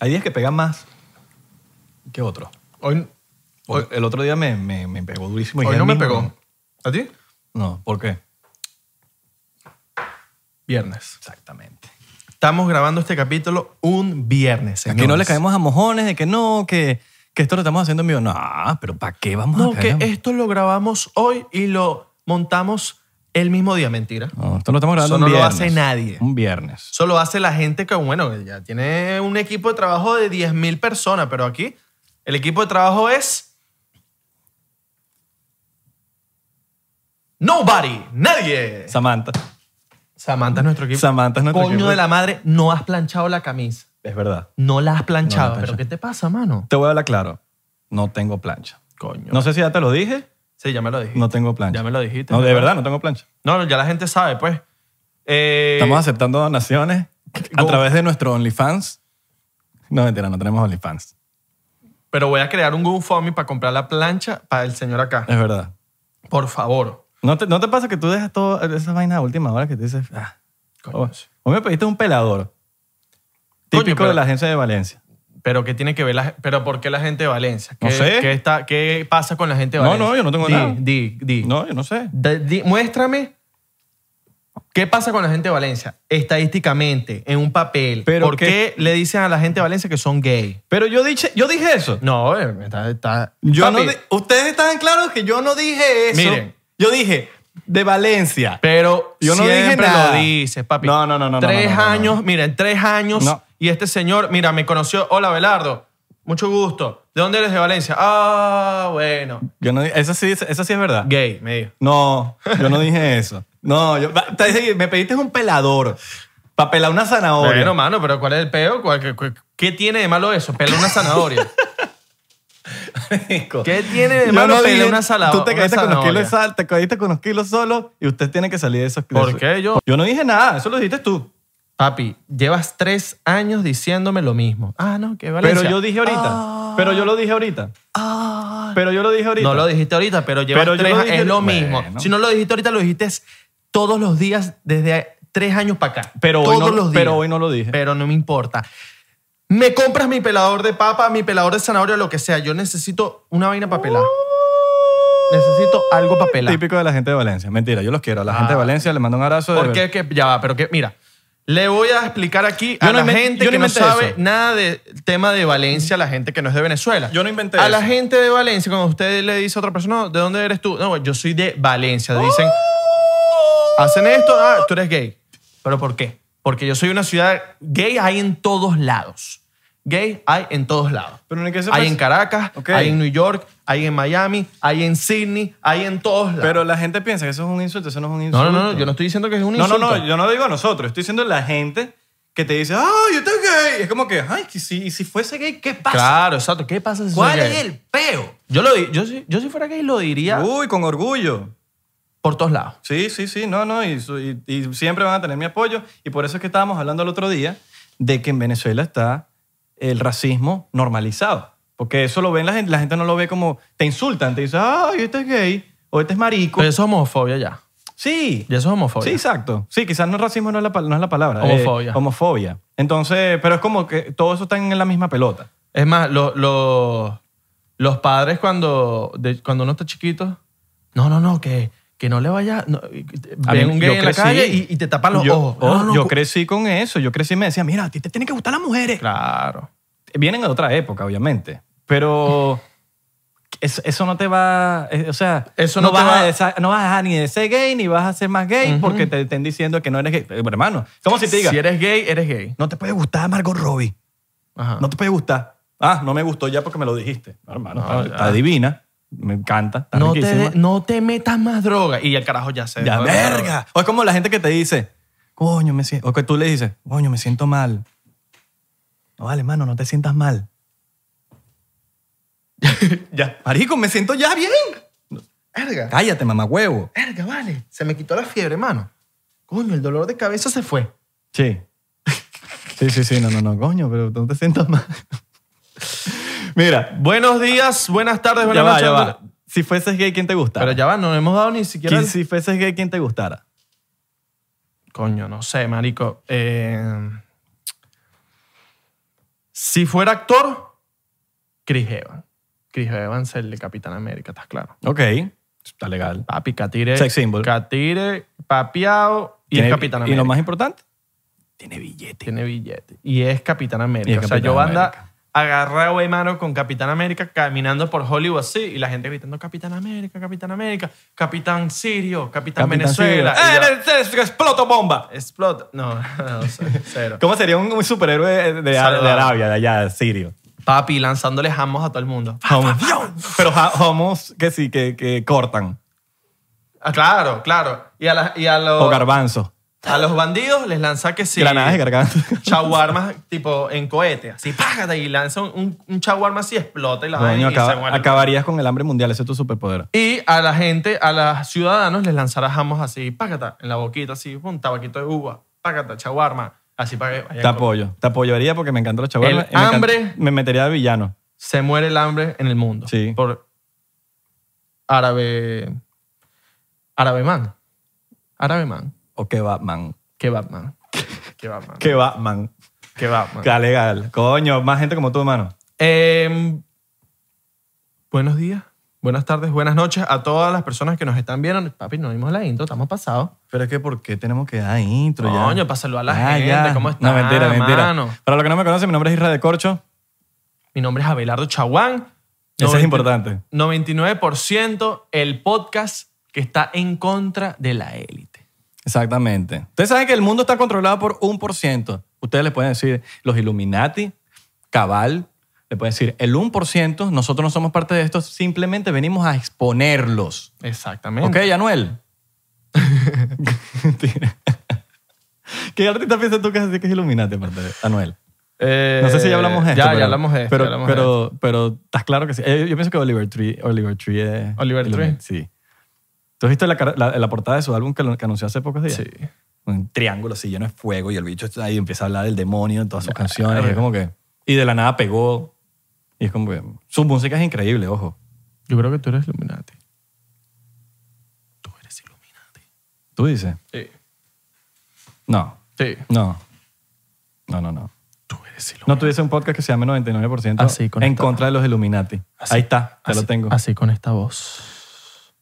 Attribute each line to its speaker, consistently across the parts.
Speaker 1: Hay días que pegan más que otros.
Speaker 2: Hoy,
Speaker 1: Hoy- el otro día me, me- me pegó durísimo. y
Speaker 2: hoy
Speaker 1: Pues ya
Speaker 2: no me
Speaker 1: mismo-
Speaker 2: pegó. ¿A ti?
Speaker 1: No, ¿por qué?
Speaker 2: Viernes.
Speaker 1: Exactamente.
Speaker 2: Estamos grabando este capítulo un viernes, señores.
Speaker 1: Aquí no le caemos a mojones de que no, que, que esto lo estamos haciendo en vivo. No, pero ¿para qué vamos
Speaker 2: No,
Speaker 1: a
Speaker 2: que
Speaker 1: caer?
Speaker 2: esto lo grabamos hoy y lo montamos el mismo día. Mentira.
Speaker 1: No, esto lo estamos grabando
Speaker 2: Eso
Speaker 1: un
Speaker 2: no lo
Speaker 1: viernes.
Speaker 2: hace nadie.
Speaker 1: Un viernes.
Speaker 2: Solo hace la gente que, bueno, ya tiene un equipo de trabajo de 10.000 personas, pero aquí el equipo de trabajo es... Nobody, nadie.
Speaker 1: Samantha.
Speaker 2: Samantha es nuestro equipo.
Speaker 1: Samantha es nuestro
Speaker 2: Coño
Speaker 1: equipo.
Speaker 2: de la madre, no has planchado la camisa.
Speaker 1: Es verdad.
Speaker 2: No la has planchado.
Speaker 1: planchado.
Speaker 2: ¿Pero qué te pasa, mano?
Speaker 1: Te voy a hablar claro. No tengo plancha.
Speaker 2: Coño.
Speaker 1: No sé si ya te lo dije.
Speaker 2: Sí, ya me lo dijiste.
Speaker 1: No tengo plancha.
Speaker 2: Ya me lo dijiste.
Speaker 1: No, de verdad, no tengo plancha.
Speaker 2: No, ya la gente sabe, pues. Eh,
Speaker 1: Estamos aceptando donaciones a
Speaker 2: Go.
Speaker 1: través de nuestro OnlyFans. No, mentira, no tenemos OnlyFans.
Speaker 2: Pero voy a crear un GoFundMe para comprar la plancha para el señor acá.
Speaker 1: Es verdad.
Speaker 2: Por favor.
Speaker 1: ¿No te, no te pasa que tú dejas todo esas vainas a última hora que te dices, ah,
Speaker 2: Coño,
Speaker 1: hoy,
Speaker 2: sí.
Speaker 1: hoy me pediste un pelador.
Speaker 2: Coño,
Speaker 1: Típico
Speaker 2: pero-
Speaker 1: de la agencia de Valencia.
Speaker 2: Pero ¿qué tiene que ver la ge- pero por qué la gente de Valencia? ¿Qué,
Speaker 1: No sé.
Speaker 2: ¿qué, está, ¿Qué pasa con la gente de
Speaker 1: No,
Speaker 2: Valencia?
Speaker 1: no, yo no tengo
Speaker 2: Di,
Speaker 1: nada.
Speaker 2: Di, di.
Speaker 1: No, yo no sé.
Speaker 2: Da- di- muéstrame qué pasa con la gente de Valencia estadísticamente en un papel.
Speaker 1: Pero
Speaker 2: ¿Por qué le dicen a la gente de Valencia que son gay?
Speaker 1: Pero yo dije, yo dije eso.
Speaker 2: No, eh, está, está-
Speaker 1: Yo
Speaker 2: Papi,
Speaker 1: no di- Ustedes estaban claros que yo no dije eso.
Speaker 2: Miren.
Speaker 1: Yo dije, de Valencia.
Speaker 2: Pero
Speaker 1: Yo no dije
Speaker 2: siempre
Speaker 1: nada.
Speaker 2: lo dices, papi.
Speaker 1: No, no, no, no, no, no,
Speaker 2: Tres
Speaker 1: no, no, no.
Speaker 2: años, mira, en tres años.
Speaker 1: No.
Speaker 2: Y este señor, mira, me conoció. Hola, Belardo. Mucho gusto. ¿De dónde eres de Valencia? Ah, bueno.
Speaker 1: Yo no di- esa, sí, esa sí es verdad.
Speaker 2: Gay, me dijo.
Speaker 1: No, yo no dije eso. No, yo, va- te dije, me pediste un pelador para pelar una zanahoria.
Speaker 2: Bueno, mano, pero ¿cuál es el peo? ¿Cuál- qué, qué- qué tiene de malo eso? Pela una zanahoria.
Speaker 1: marico.
Speaker 2: ¿Qué tiene de
Speaker 1: Yo
Speaker 2: malo
Speaker 1: no
Speaker 2: pelar
Speaker 1: dije-
Speaker 2: una salada?
Speaker 1: Tú te
Speaker 2: una
Speaker 1: caíste con los kilos de
Speaker 2: zanahoria?
Speaker 1: sal, te caíste con los kilos solo y usted tiene que salir de esos de
Speaker 2: ¿Por
Speaker 1: esos-
Speaker 2: qué yo?
Speaker 1: Yo no dije nada, eso lo dijiste tú.
Speaker 2: Papi, llevas tres años diciéndome lo mismo. Ah, no, que Valencia.
Speaker 1: Pero yo dije ahorita.
Speaker 2: Ah,
Speaker 1: Pero yo lo dije ahorita.
Speaker 2: ah.
Speaker 1: Pero yo lo dije ahorita.
Speaker 2: No lo dijiste ahorita, pero llevas
Speaker 1: Pero yo
Speaker 2: tres
Speaker 1: lo
Speaker 2: años.
Speaker 1: dije-
Speaker 2: Es lo
Speaker 1: Bueno.
Speaker 2: mismo. Si no lo dijiste ahorita, lo dijiste todos los días desde tres años para acá.
Speaker 1: Pero hoy,
Speaker 2: todos
Speaker 1: no,
Speaker 2: los días.
Speaker 1: pero hoy no lo dije.
Speaker 2: Pero no me importa. Me compras mi pelador de papa, mi pelador de zanahoria, lo que sea. Yo necesito una vaina para pelar. Necesito algo para pelar.
Speaker 1: Típico de la gente de Valencia. Mentira, yo los quiero. A la
Speaker 2: Ah.
Speaker 1: gente de Valencia les mando un abrazo. de
Speaker 2: ¿Por qué?
Speaker 1: verdad.
Speaker 2: Que, ya va, pero que, mira, le voy a explicar aquí
Speaker 1: Yo
Speaker 2: a
Speaker 1: no
Speaker 2: la
Speaker 1: inven-
Speaker 2: gente
Speaker 1: yo no
Speaker 2: que no
Speaker 1: inventé
Speaker 2: sabe
Speaker 1: eso.
Speaker 2: nada del tema de Valencia, a la gente que no es de Venezuela.
Speaker 1: Yo no inventé
Speaker 2: A la
Speaker 1: eso.
Speaker 2: gente de Valencia, cuando usted le dice a otra persona, "No, ¿de dónde eres tú? No, yo soy de Valencia. Dicen,
Speaker 1: ¡Oh!
Speaker 2: hacen esto, ah, tú eres gay. ¿Pero por qué? Porque yo soy una ciudad gay, hay en todos lados. Gay hay en todos lados.
Speaker 1: Pero en qué se
Speaker 2: hay
Speaker 1: pasa-
Speaker 2: en Caracas,
Speaker 1: Ok.
Speaker 2: hay en New York, hay en Miami, hay en Sydney, hay en todos lados.
Speaker 1: Pero la gente piensa que eso es un insulto, eso no es un
Speaker 2: no,
Speaker 1: insulto.
Speaker 2: no, no, no, yo no estoy diciendo que es un
Speaker 1: No,
Speaker 2: insulto.
Speaker 1: no, no, yo no lo digo a nosotros, estoy diciendo la gente que te dice, ay, usted es gay. Es como que, ay, que si, y si fuese gay, ¿qué pasa?
Speaker 2: Claro, exacto. ¿Qué pasa si soy
Speaker 1: ¿Cuál
Speaker 2: gay?
Speaker 1: es el peo? Uh.
Speaker 2: Yo, lo, di- yo, si- yo si fuera gay lo diría
Speaker 1: Uy, con orgullo.
Speaker 2: por todos lados.
Speaker 1: Sí, sí, sí, no, no, y, su- y- y siempre van a tener mi apoyo. Y por eso es que estábamos hablando el otro día de que en Venezuela está el racismo normalizado. Porque eso lo ven la gente, la gente no lo ve como, te insultan, te dicen, ay, este es gay, o este es marico.
Speaker 2: Pero eso es homofobia ya.
Speaker 1: sí,
Speaker 2: Ya eso es homofobia.
Speaker 1: Sí, exacto. Sí, quizás no racismo no es la, pal- no es la palabra. eh,
Speaker 2: Homofobia.
Speaker 1: homofobia. Entonces, pero es como que todo eso está en la misma pelota.
Speaker 2: Es más, lo- lo- los padres cuando, de- cuando uno está chiquito, no, no, no, que, que no le vaya. no, ven
Speaker 1: mí-
Speaker 2: un
Speaker 1: yo
Speaker 2: gay en la
Speaker 1: crecí-
Speaker 2: calle y, y te tapan los
Speaker 1: yo,
Speaker 2: ojos.
Speaker 1: oh,
Speaker 2: No, no,
Speaker 1: yo
Speaker 2: cu-
Speaker 1: crecí con eso. Yo crecí y me decía, mira, a ti te tienen que gustar las mujeres.
Speaker 2: Claro.
Speaker 1: Vienen de otra época, obviamente. Pero es- eso no te va... eh, O sea,
Speaker 2: Eso no te
Speaker 1: vas
Speaker 2: va-
Speaker 1: a desa- no vas a dejar ni de ser gay ni vas a ser más gay porque te estén diciendo que no eres gay. Pero, hermano, es como si te diga,
Speaker 2: Si eres gay, eres gay.
Speaker 1: no te puede gustar Margot Robbie.
Speaker 2: Ajá.
Speaker 1: No te puede gustar. Ah, no me gustó ya porque me lo dijiste. No, hermano,
Speaker 2: No,
Speaker 1: está,
Speaker 2: ya.
Speaker 1: está divina. Me encanta. Está
Speaker 2: Ah, No te,
Speaker 1: riquísima.
Speaker 2: de- no te metas más droga. Y el carajo ya se.
Speaker 1: ya,
Speaker 2: no, no, no.
Speaker 1: verga. O es como la gente que te dice, coño, me siento. O que tú le dices, coño, me siento mal. No vale, hermano, no te sientas mal.
Speaker 2: Ya.
Speaker 1: Marico, me siento ya bien.
Speaker 2: Verga.
Speaker 1: Cállate, mamá huevo.
Speaker 2: Verga, vale. Se me quitó la fiebre, mano. Coño, el dolor de cabeza se fue.
Speaker 1: Sí. Sí, sí, sí, no, no, no, coño, pero no te sientas mal. Mira,
Speaker 2: Buenos días, buenas tardes,
Speaker 1: ya
Speaker 2: buenas
Speaker 1: va,
Speaker 2: noches.
Speaker 1: ya va. Si fueses gay, ¿quién te gustara?
Speaker 2: Pero ya va, no hemos dado ni siquiera.
Speaker 1: ¿Qui-
Speaker 2: el-
Speaker 1: Si fueses gay, ¿quién te gustara?
Speaker 2: Coño, no sé, marico. Eh, Si fuera actor, Chris Evans. Chris Evans es el de Capitán América, estás claro.
Speaker 1: Ok. Está legal.
Speaker 2: Papi, Catire.
Speaker 1: Sex symbol.
Speaker 2: Catire, papiao y es
Speaker 1: Tiene-
Speaker 2: Capitán América.
Speaker 1: Y lo más importante, tiene billete.
Speaker 2: Tiene billete. Y es Capitán América.
Speaker 1: Y es
Speaker 2: o sea,
Speaker 1: Capitán
Speaker 2: yo anda
Speaker 1: América.
Speaker 2: agarrado de mano con Capitán América caminando por Hollywood así y la gente gritando Capitán América, Capitán América, Capitán Sirio, Capitán,
Speaker 1: Capitán
Speaker 2: Venezuela.
Speaker 1: Silva.
Speaker 2: Y yo,
Speaker 1: ¡Eh, eres- eres- explota bomba!
Speaker 2: Explota. No, no, cero, cero.
Speaker 1: ¿Cómo sería un, un superhéroe de, de- de
Speaker 2: Salvador.
Speaker 1: Arabia, de allá, de Sirio?
Speaker 2: Papi, lanzándole jamos a todo el mundo.
Speaker 1: Homos. Pero ja- homos que sí, que, que cortan.
Speaker 2: Ah, claro, claro. Y a, la- y a
Speaker 1: O
Speaker 2: los,
Speaker 1: garbanzos.
Speaker 2: a los bandidos les lanza que sí.
Speaker 1: Granadas de garganta.
Speaker 2: Chaguarmas tipo en cohete, así págate y lanza un- un, un chaguarma así explota y la vaina
Speaker 1: Coño,
Speaker 2: y se
Speaker 1: acaba-
Speaker 2: muere.
Speaker 1: acabarías con el hambre mundial. Ese es tu superpoder.
Speaker 2: Y a la gente, a los ciudadanos, les lanzará jamos así, págata, en la boquita, así, un tabaquito de uva, págata, chaguarma, así para que vayan
Speaker 1: Te
Speaker 2: con-
Speaker 1: apoyo. Te apoyaría porque me encantan los chavales.
Speaker 2: El hambre.
Speaker 1: Me metería de villano.
Speaker 2: Se muere el hambre en el mundo.
Speaker 1: Sí.
Speaker 2: Por árabe. Árabe man. Árabe man.
Speaker 1: O que Batman.
Speaker 2: Que Batman. Que Batman.
Speaker 1: Que Batman.
Speaker 2: Que Batman.
Speaker 1: Está legal. Coño, más gente como tú, hermano.
Speaker 2: Eh, buenos días, buenas tardes, buenas noches a todas las personas que nos están viendo. Papi, nos dimos la intro, estamos pasados.
Speaker 1: Pero es que, ¿por qué tenemos que dar intro ya?
Speaker 2: Coño, para saludar a la
Speaker 1: Ah,
Speaker 2: gente,
Speaker 1: ya.
Speaker 2: ¿cómo
Speaker 1: No,
Speaker 2: están,
Speaker 1: mentira, mentira.
Speaker 2: mano?
Speaker 1: Para los que no me conocen, mi nombre es Israel de Corcho.
Speaker 2: Mi nombre es Abelardo Chaguán.
Speaker 1: Eso es
Speaker 2: 90
Speaker 1: importante.
Speaker 2: 99% el podcast que está en contra de la élite.
Speaker 1: Exactamente. Ustedes saben que el mundo está controlado por un por ciento. Ustedes le pueden decir los Illuminati, Cabal, le pueden decir el 1%, nosotros no somos parte de esto, simplemente venimos a exponerlos. ¿Ok,
Speaker 2: Exactamente.
Speaker 1: Anuel? Mentira. ¿Qué artista piensas tú que es, que es Illuminati, aparte de Anuel?
Speaker 2: Eh,
Speaker 1: No sé si ya hablamos de esto.
Speaker 2: Ya,
Speaker 1: pero,
Speaker 2: ya hablamos de esto.
Speaker 1: Pero,
Speaker 2: ya hablamos de
Speaker 1: pero, pero estás claro que sí. Eh, Yo pienso que Oliver Tree, Oliver Tree es...
Speaker 2: ¿Oliver
Speaker 1: Illuminati, Sí. ¿Tú has visto la, cara- la- la portada de su álbum que, lo- que anunció hace pocos días?
Speaker 2: esto. Sí.
Speaker 1: Un triángulo así lleno de fuego y el bicho está ahí empieza a hablar del demonio en todas sus canciones. Y es como que... Y de la nada pegó. Y es como que... Su música es increíble, ojo.
Speaker 2: Yo creo que tú eres Illuminati. Tú eres Illuminati.
Speaker 1: ¿Tú dices?
Speaker 2: Sí.
Speaker 1: No.
Speaker 2: Sí.
Speaker 1: No. No, no, no.
Speaker 2: Tú eres Illuminati.
Speaker 1: No tuviese un podcast que se llame 99%
Speaker 2: Así, con
Speaker 1: en
Speaker 2: esta-
Speaker 1: contra de los Illuminati.
Speaker 2: Ah, Así,
Speaker 1: Ahí está, te
Speaker 2: así,
Speaker 1: lo tengo.
Speaker 2: Así con esta voz.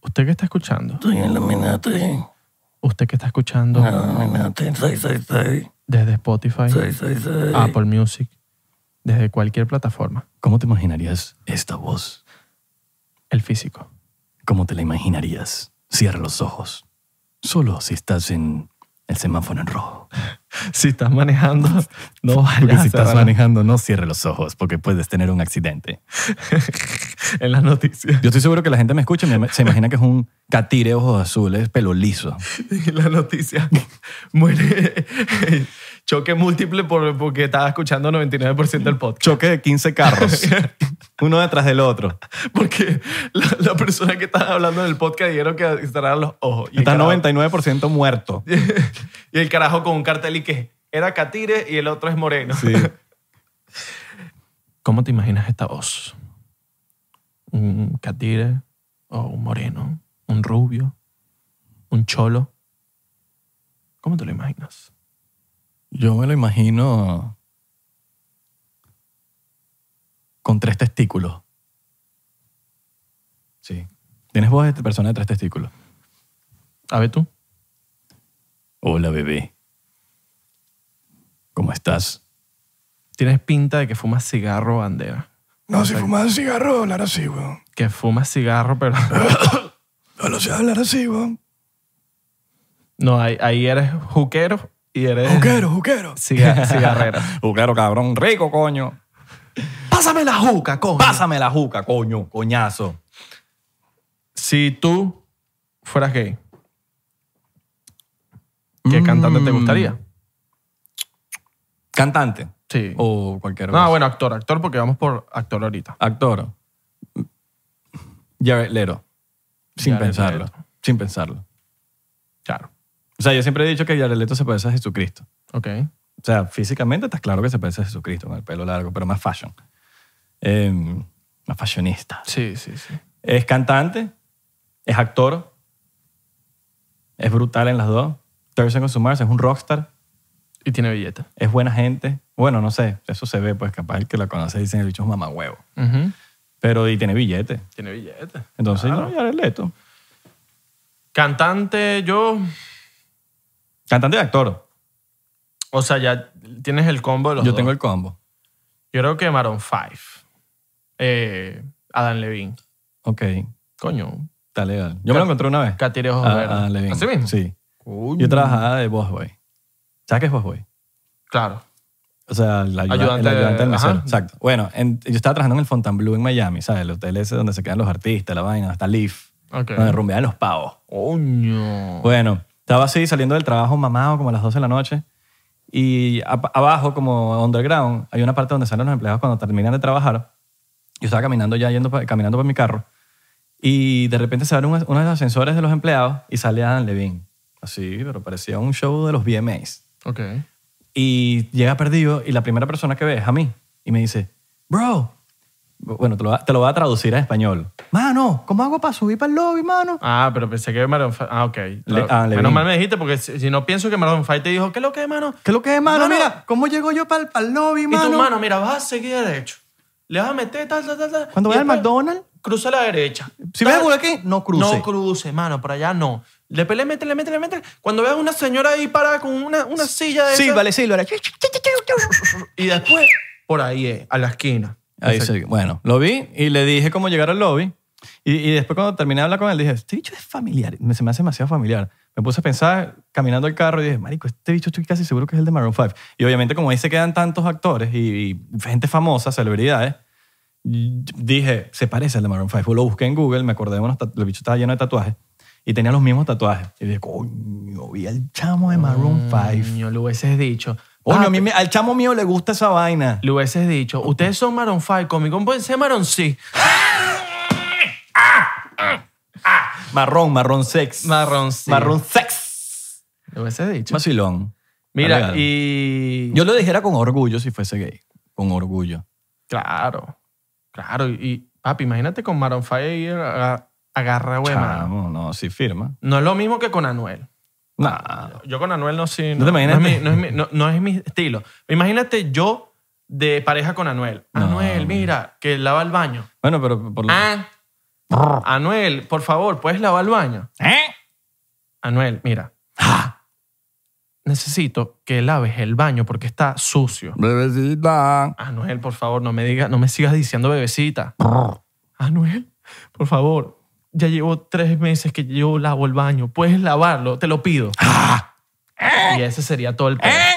Speaker 2: Usted que está escuchando,
Speaker 1: Soy Illuminati.
Speaker 2: usted que está escuchando
Speaker 1: Illuminati,
Speaker 2: desde Spotify, Apple Music, desde cualquier plataforma,
Speaker 1: Ah, ¿Cómo te imaginarías esta voz?
Speaker 2: el físico.
Speaker 1: ¿Cómo te la imaginarías? Cierra los ojos. Solo si estás en el semáforo en rojo.
Speaker 2: Si estás manejando, no
Speaker 1: Porque
Speaker 2: vayas
Speaker 1: si
Speaker 2: a
Speaker 1: estás
Speaker 2: cerrar
Speaker 1: manejando, no cierre los ojos porque puedes tener un accidente.
Speaker 2: en las noticias.
Speaker 1: Yo estoy seguro que la gente me escucha y me- se imagina que es un catire ojos azules, pelo liso.
Speaker 2: En las noticias muere choque múltiple por, porque estaba escuchando 99% del podcast.
Speaker 1: Choque de 15 carros, uno detrás del otro.
Speaker 2: Porque la, la persona que estaba hablando en el podcast dijeron que cerraran los ojos. el
Speaker 1: Está
Speaker 2: carajo-
Speaker 1: 99% muerto.
Speaker 2: y el carajo con un cartel y que era Catire y el otro es Moreno.
Speaker 1: Sí.
Speaker 2: ¿Cómo te imaginas esta voz? Un catire o un moreno, un rubio, un cholo. ¿Cómo te lo imaginas?
Speaker 1: Yo me lo imagino con tres testículos. Sí. Tienes voz de persona de tres testículos.
Speaker 2: A ver tú.
Speaker 1: Hola, bebé. ¿Cómo estás?
Speaker 2: Tienes pinta de que fumas cigarro bandera.
Speaker 1: No, si fumas cigarro, hablar así, weón.
Speaker 2: Que fumas cigarro, pero
Speaker 1: No lo sé hablar así, weón.
Speaker 2: no, ahí, ahí eres juquero y
Speaker 1: Eh.
Speaker 2: eres
Speaker 1: juquero.
Speaker 2: ciga- cigarrero.
Speaker 1: Juquero, cabrón. Rico, coño.
Speaker 2: Pásame la juca, coño.
Speaker 1: Pásame la juca, coño. Coñazo.
Speaker 2: Si tú fueras gay, ¿qué cantante te
Speaker 1: Mm.
Speaker 2: gustaría?
Speaker 1: Cantante.
Speaker 2: Sí.
Speaker 1: O cualquier cosa.
Speaker 2: No, bueno, actor, actor, porque vamos por actor ahorita.
Speaker 1: Actor. Jared Leto. Sin
Speaker 2: Jared
Speaker 1: pensarlo.
Speaker 2: Leto.
Speaker 1: Sin pensarlo.
Speaker 2: Claro.
Speaker 1: O sea, yo siempre he dicho que Jared Leto se parece a Jesucristo.
Speaker 2: Ok.
Speaker 1: O sea, físicamente estás claro que se parece a Jesucristo con el pelo largo, pero más fashion. Eh, más fashionista.
Speaker 2: Sí, sí, sí.
Speaker 1: Es cantante, es actor, es brutal en las dos. Thurston con su Mars es un rockstar,
Speaker 2: Y tiene billete.
Speaker 1: es buena gente, Bueno, no sé, eso se ve, pues capaz el que la conoce dicen el bicho es mamahuevo.
Speaker 2: Ujú.
Speaker 1: Pero y tiene billete.
Speaker 2: Tiene billete.
Speaker 1: Entonces,
Speaker 2: Claro.
Speaker 1: no, ya eres leto.
Speaker 2: Cantante, yo.
Speaker 1: Cantante y actor.
Speaker 2: O sea, ya tienes el combo de los
Speaker 1: Yo
Speaker 2: dos.
Speaker 1: tengo el combo.
Speaker 2: Yo creo que Maroon 5. Eh, Adam Levine.
Speaker 1: Ok,
Speaker 2: Coño.
Speaker 1: está legal. Yo me lo encontré una vez.
Speaker 2: Catire Ojos
Speaker 1: Ah,
Speaker 2: Verdes.
Speaker 1: ah, Levin.
Speaker 2: ¿Así mismo?
Speaker 1: Sí.
Speaker 2: Coño.
Speaker 1: Yo trabajaba de Boss Boy. ¿Sabes qué es Boss Boy?
Speaker 2: Claro.
Speaker 1: O sea, el ayuda- el ayudante,
Speaker 2: Ayudante,
Speaker 1: del mesero.
Speaker 2: ajá.
Speaker 1: Exacto. Bueno, en- yo estaba trabajando en el Fontainebleau en Miami, ¿sabes? El hotel ese donde se quedan los artistas, la vaina, hasta Leaf,
Speaker 2: Ok.
Speaker 1: donde rumbean los pavos.
Speaker 2: Coño.
Speaker 1: Bueno, estaba así saliendo del trabajo mamado como a las 12 de la noche y ab- abajo como underground hay una parte donde salen los empleados cuando terminan de trabajar. Yo estaba caminando ya yendo pa- caminando por mi carro y de repente se abre un- uno de los ascensores de los empleados y sale Adam Levine. Así, pero parecía un show de los VMAs.
Speaker 2: Ok.
Speaker 1: Y llega perdido y la primera persona que ve es a mí y me dice, bro, bueno, te lo, va- te lo voy a traducir a español. Mano, ¿cómo hago para subir para el lobby, mano?
Speaker 2: Ah, pero pensé que Maroon 5. Ah, ok. Claro.
Speaker 1: ah, Levine.
Speaker 2: Menos mal me dijiste, porque si, si no pienso que Maroon 5 te dijo, ¿qué es lo que es, mano?
Speaker 1: ¿Qué es lo que es, mano?
Speaker 2: Mano.
Speaker 1: Mira, ¿cómo llego yo para el, lobby,
Speaker 2: Y
Speaker 1: mano?
Speaker 2: tu mano, mira, vas a seguir derecho. Le vas a meter tal, tal, tal, tal.
Speaker 1: Cuando
Speaker 2: Y
Speaker 1: vayas al
Speaker 2: después,
Speaker 1: McDonald's.
Speaker 2: Cruza a la derecha.
Speaker 1: Si
Speaker 2: Tal.
Speaker 1: ves por aquí, no cruce.
Speaker 2: No cruce, mano, por allá no. Después le mete, le mete, le mete. Cuando veas una señora ahí parada con una, una silla de
Speaker 1: sí,
Speaker 2: esas,
Speaker 1: vale, sí, vale.
Speaker 2: Y después, por ahí es, a la esquina.
Speaker 1: Ahí
Speaker 2: Exacto.
Speaker 1: sí. Bueno, lo vi y le dije cómo llegar al lobby. Y, y después cuando terminé de hablar con él, dije, este bicho es familiar. Me- Se me hace demasiado familiar. Me puse a pensar, caminando el carro, y dije, marico, este bicho estoy casi seguro que es el de Maroon 5. Y obviamente como ahí se quedan tantos actores y, y gente famosa, celebridades, y dije, se parece al de Maroon 5. Lo busqué en Google, me acordé de unos tatuajes, el bicho estaba lleno de tatuajes. Y tenía los mismos tatuajes. Y dije, coño, vi al chamo de
Speaker 2: Mm.
Speaker 1: Maroon 5.
Speaker 2: Coño, le hubieses dicho.
Speaker 1: Coño,
Speaker 2: "Ah,
Speaker 1: a mí me- al chamo mío le gusta esa vaina.
Speaker 2: Le hubieses dicho, ustedes son Maroon 5, conmigo pueden ser Maroon sí.
Speaker 1: Marrón, marrón sex.
Speaker 2: Marrón sí.
Speaker 1: Marrón sex.
Speaker 2: Le hubieses dicho.
Speaker 1: Vacilón.
Speaker 2: Mira,
Speaker 1: Legal.
Speaker 2: y.
Speaker 1: Yo lo dijera con orgullo si fuese gay. Con orgullo.
Speaker 2: Claro. Claro. Y, y, papi, imagínate con Maroon 5 ahí aga- agarra, güey, mano.
Speaker 1: Chamo, no, si firma.
Speaker 2: No es lo mismo que con Anuel.
Speaker 1: Nah.
Speaker 2: Yo con Anuel no sé.
Speaker 1: ¿No
Speaker 2: No,
Speaker 1: te imaginas?
Speaker 2: No es, mi, no es mi- no- no es mi estilo. Imagínate yo de pareja con Anuel.
Speaker 1: No.
Speaker 2: Anuel, mira, que lava el baño.
Speaker 1: Bueno, pero por lo...
Speaker 2: Ah. Anuel, por favor, ¿puedes lavar el baño?
Speaker 1: ¿Eh?
Speaker 2: Anuel, mira. Necesito que laves el baño porque está sucio.
Speaker 1: Bebecita.
Speaker 2: Anuel, por favor, no me digas, no me sigas diciendo bebecita. Anuel, por favor, ya llevo tres meses que yo lavo el baño. ¿Puedes lavarlo? Te lo pido. Y ese sería todo el pedo.
Speaker 1: Eh.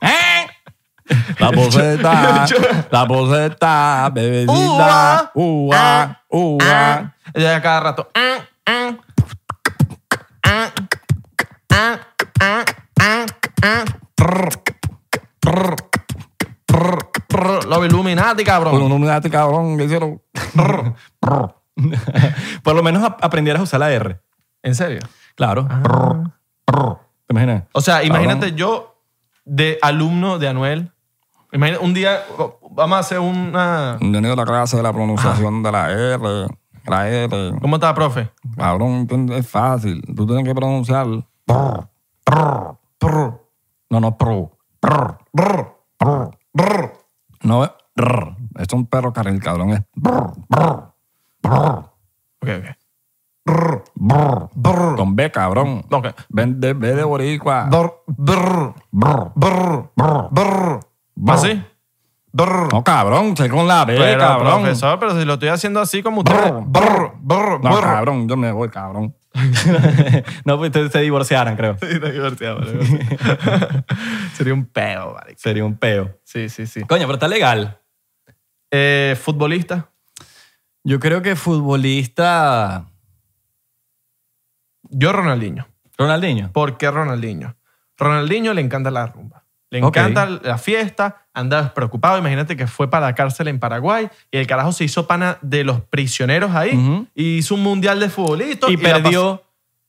Speaker 2: ¿Eh?
Speaker 1: La poseta, la poseta, bebecita,
Speaker 2: Uva. Ah.
Speaker 1: uva, Eh. uva.
Speaker 2: Eh. Ya cada rato. ah, ah, ah, ah, ah, ah, ah. Los Illuminati, cabrón.
Speaker 1: Illuminati, cabrón, ¿qué hicieron? Por lo menos ap- aprendieras a usar la R.
Speaker 2: ¿En serio?
Speaker 1: Claro.
Speaker 2: Ah.
Speaker 1: Prr, prr. ¿Te imaginas?
Speaker 2: O sea,
Speaker 1: Cabrón.
Speaker 2: imagínate yo de alumno de Anuel. Imagina, un día o- vamos a hacer una...
Speaker 3: Bienvenido a la clase de la
Speaker 1: Ah.
Speaker 3: pronunciación de la R. La R.
Speaker 2: ¿Cómo está, profe?
Speaker 3: Cabrón, tú- es fácil. Tú tienes que pronunciar. Prr, prr, prr. No, no, prr. Prr, prr, prr, prr. No es. prr. Es un perro carril, cabrón. Es. Prr, prr, prr,
Speaker 2: Ok, ok.
Speaker 3: prr, prr, prr. Con B, cabrón.
Speaker 2: Ok.
Speaker 3: Ven de, ve de boricua.
Speaker 2: Brr, brr,
Speaker 3: Prr,
Speaker 2: brr,
Speaker 3: prr, prr.
Speaker 2: brr. ¿Así? Brr.
Speaker 3: No, cabrón, sé con la B,
Speaker 2: Pero,
Speaker 3: cabrón.
Speaker 2: profesor, pero si lo estoy haciendo así como usted.
Speaker 3: Brr,
Speaker 2: Brr, brr,
Speaker 3: No,
Speaker 2: brr.
Speaker 3: cabrón, yo me voy, cabrón.
Speaker 1: no, pues ustedes se divorciaran, creo.
Speaker 2: Sería un pedo, marico.
Speaker 1: Sería un peo.
Speaker 2: Sí, sí, sí.
Speaker 1: Coño, pero está legal.
Speaker 2: Eh, futbolista.
Speaker 1: Yo creo que futbolista...
Speaker 2: Yo, Ronaldinho.
Speaker 1: Ronaldinho.
Speaker 2: ¿Por qué Ronaldinho? Ronaldinho le encanta la rumba. Le
Speaker 1: Ok.
Speaker 2: encanta la fiesta, anda despreocupado. Imagínate que fue para la cárcel en Paraguay y el carajo se hizo pana de los prisioneros ahí
Speaker 1: Ujú.
Speaker 2: y hizo un mundial de futbolistas.
Speaker 1: Y,
Speaker 2: la pas-
Speaker 1: perdió...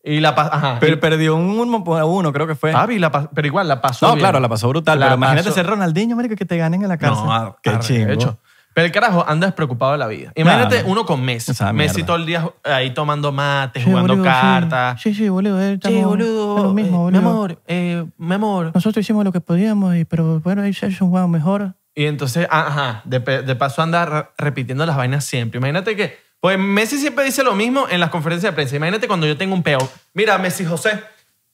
Speaker 2: Y la pas- ajá.
Speaker 1: Pero
Speaker 2: Y-
Speaker 1: perdió un uno por uno, creo que fue.
Speaker 2: Papi, la pas- pero igual la pasó.
Speaker 1: no,
Speaker 2: Ah, bien.
Speaker 1: claro, la pasó brutal.
Speaker 2: La
Speaker 1: pero imagínate
Speaker 2: pasó-
Speaker 1: ser Ronaldinho, marico, que te ganen en la casa.
Speaker 2: No, ah,
Speaker 1: Qué
Speaker 2: arrecho.
Speaker 1: chingo.
Speaker 2: Pero el carajo anda despreocupado de la vida. Imagínate
Speaker 1: Claro.
Speaker 2: uno con Messi.
Speaker 1: Esa
Speaker 2: Messi
Speaker 1: mierda.
Speaker 2: todo el día ahí tomando mate, jugando cartas.
Speaker 1: Sí, sí, boludo. eh,
Speaker 2: Che,
Speaker 1: estamos- es lo mismo,
Speaker 2: eh,
Speaker 1: boludo.
Speaker 2: eh, mi amor.
Speaker 1: Nosotros hicimos lo que podíamos, y- pero bueno, ellos ellos jugaban mejor.
Speaker 2: Y entonces, ah, ajá, de, pe- de paso anda re- repitiendo las vainas siempre. Imagínate que, pues Messi siempre dice lo mismo en las conferencias de prensa. Imagínate cuando yo tengo un peo. Mira, Messi José,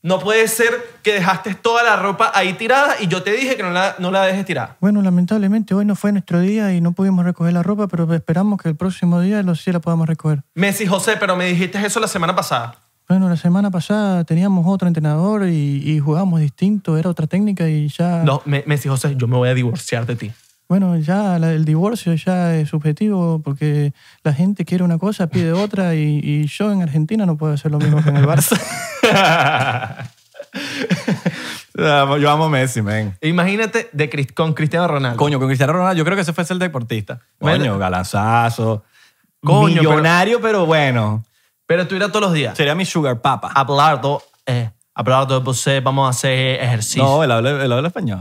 Speaker 2: no puede ser que dejaste toda la ropa ahí tirada y yo te dije que no la, no la dejes tirada.
Speaker 1: Bueno, lamentablemente hoy no fue nuestro día y no pudimos recoger la ropa, pero esperamos que el próximo día lo, sí la podamos recoger.
Speaker 2: Messi José, pero me dijiste eso la semana pasada.
Speaker 1: Bueno, la semana pasada teníamos otro entrenador y, y jugábamos distinto, era otra técnica y ya...
Speaker 2: No, Me- Messi José, yo me voy a divorciar de ti.
Speaker 1: Bueno, ya la- el divorcio ya es subjetivo porque la gente quiere una cosa, pide otra y, y yo en Argentina no puedo hacer lo mismo que en el Barça.
Speaker 3: Yo amo Messi, men.
Speaker 2: Imagínate de, Crist- con Cristiano Ronaldo.
Speaker 1: Coño, con Cristiano Ronaldo yo creo que ese fuese el deportista.
Speaker 2: Bueno.
Speaker 1: Coño, galanzazo.
Speaker 2: Coño, pero- Ah,
Speaker 1: millonario, pero, bueno.
Speaker 2: Pero tú irás todos los días.
Speaker 1: Sería mi sugar papa.
Speaker 2: Hablar, do- eh, hablar de você, vamos a hacer ejercicio.
Speaker 1: No, él habla, él habla español.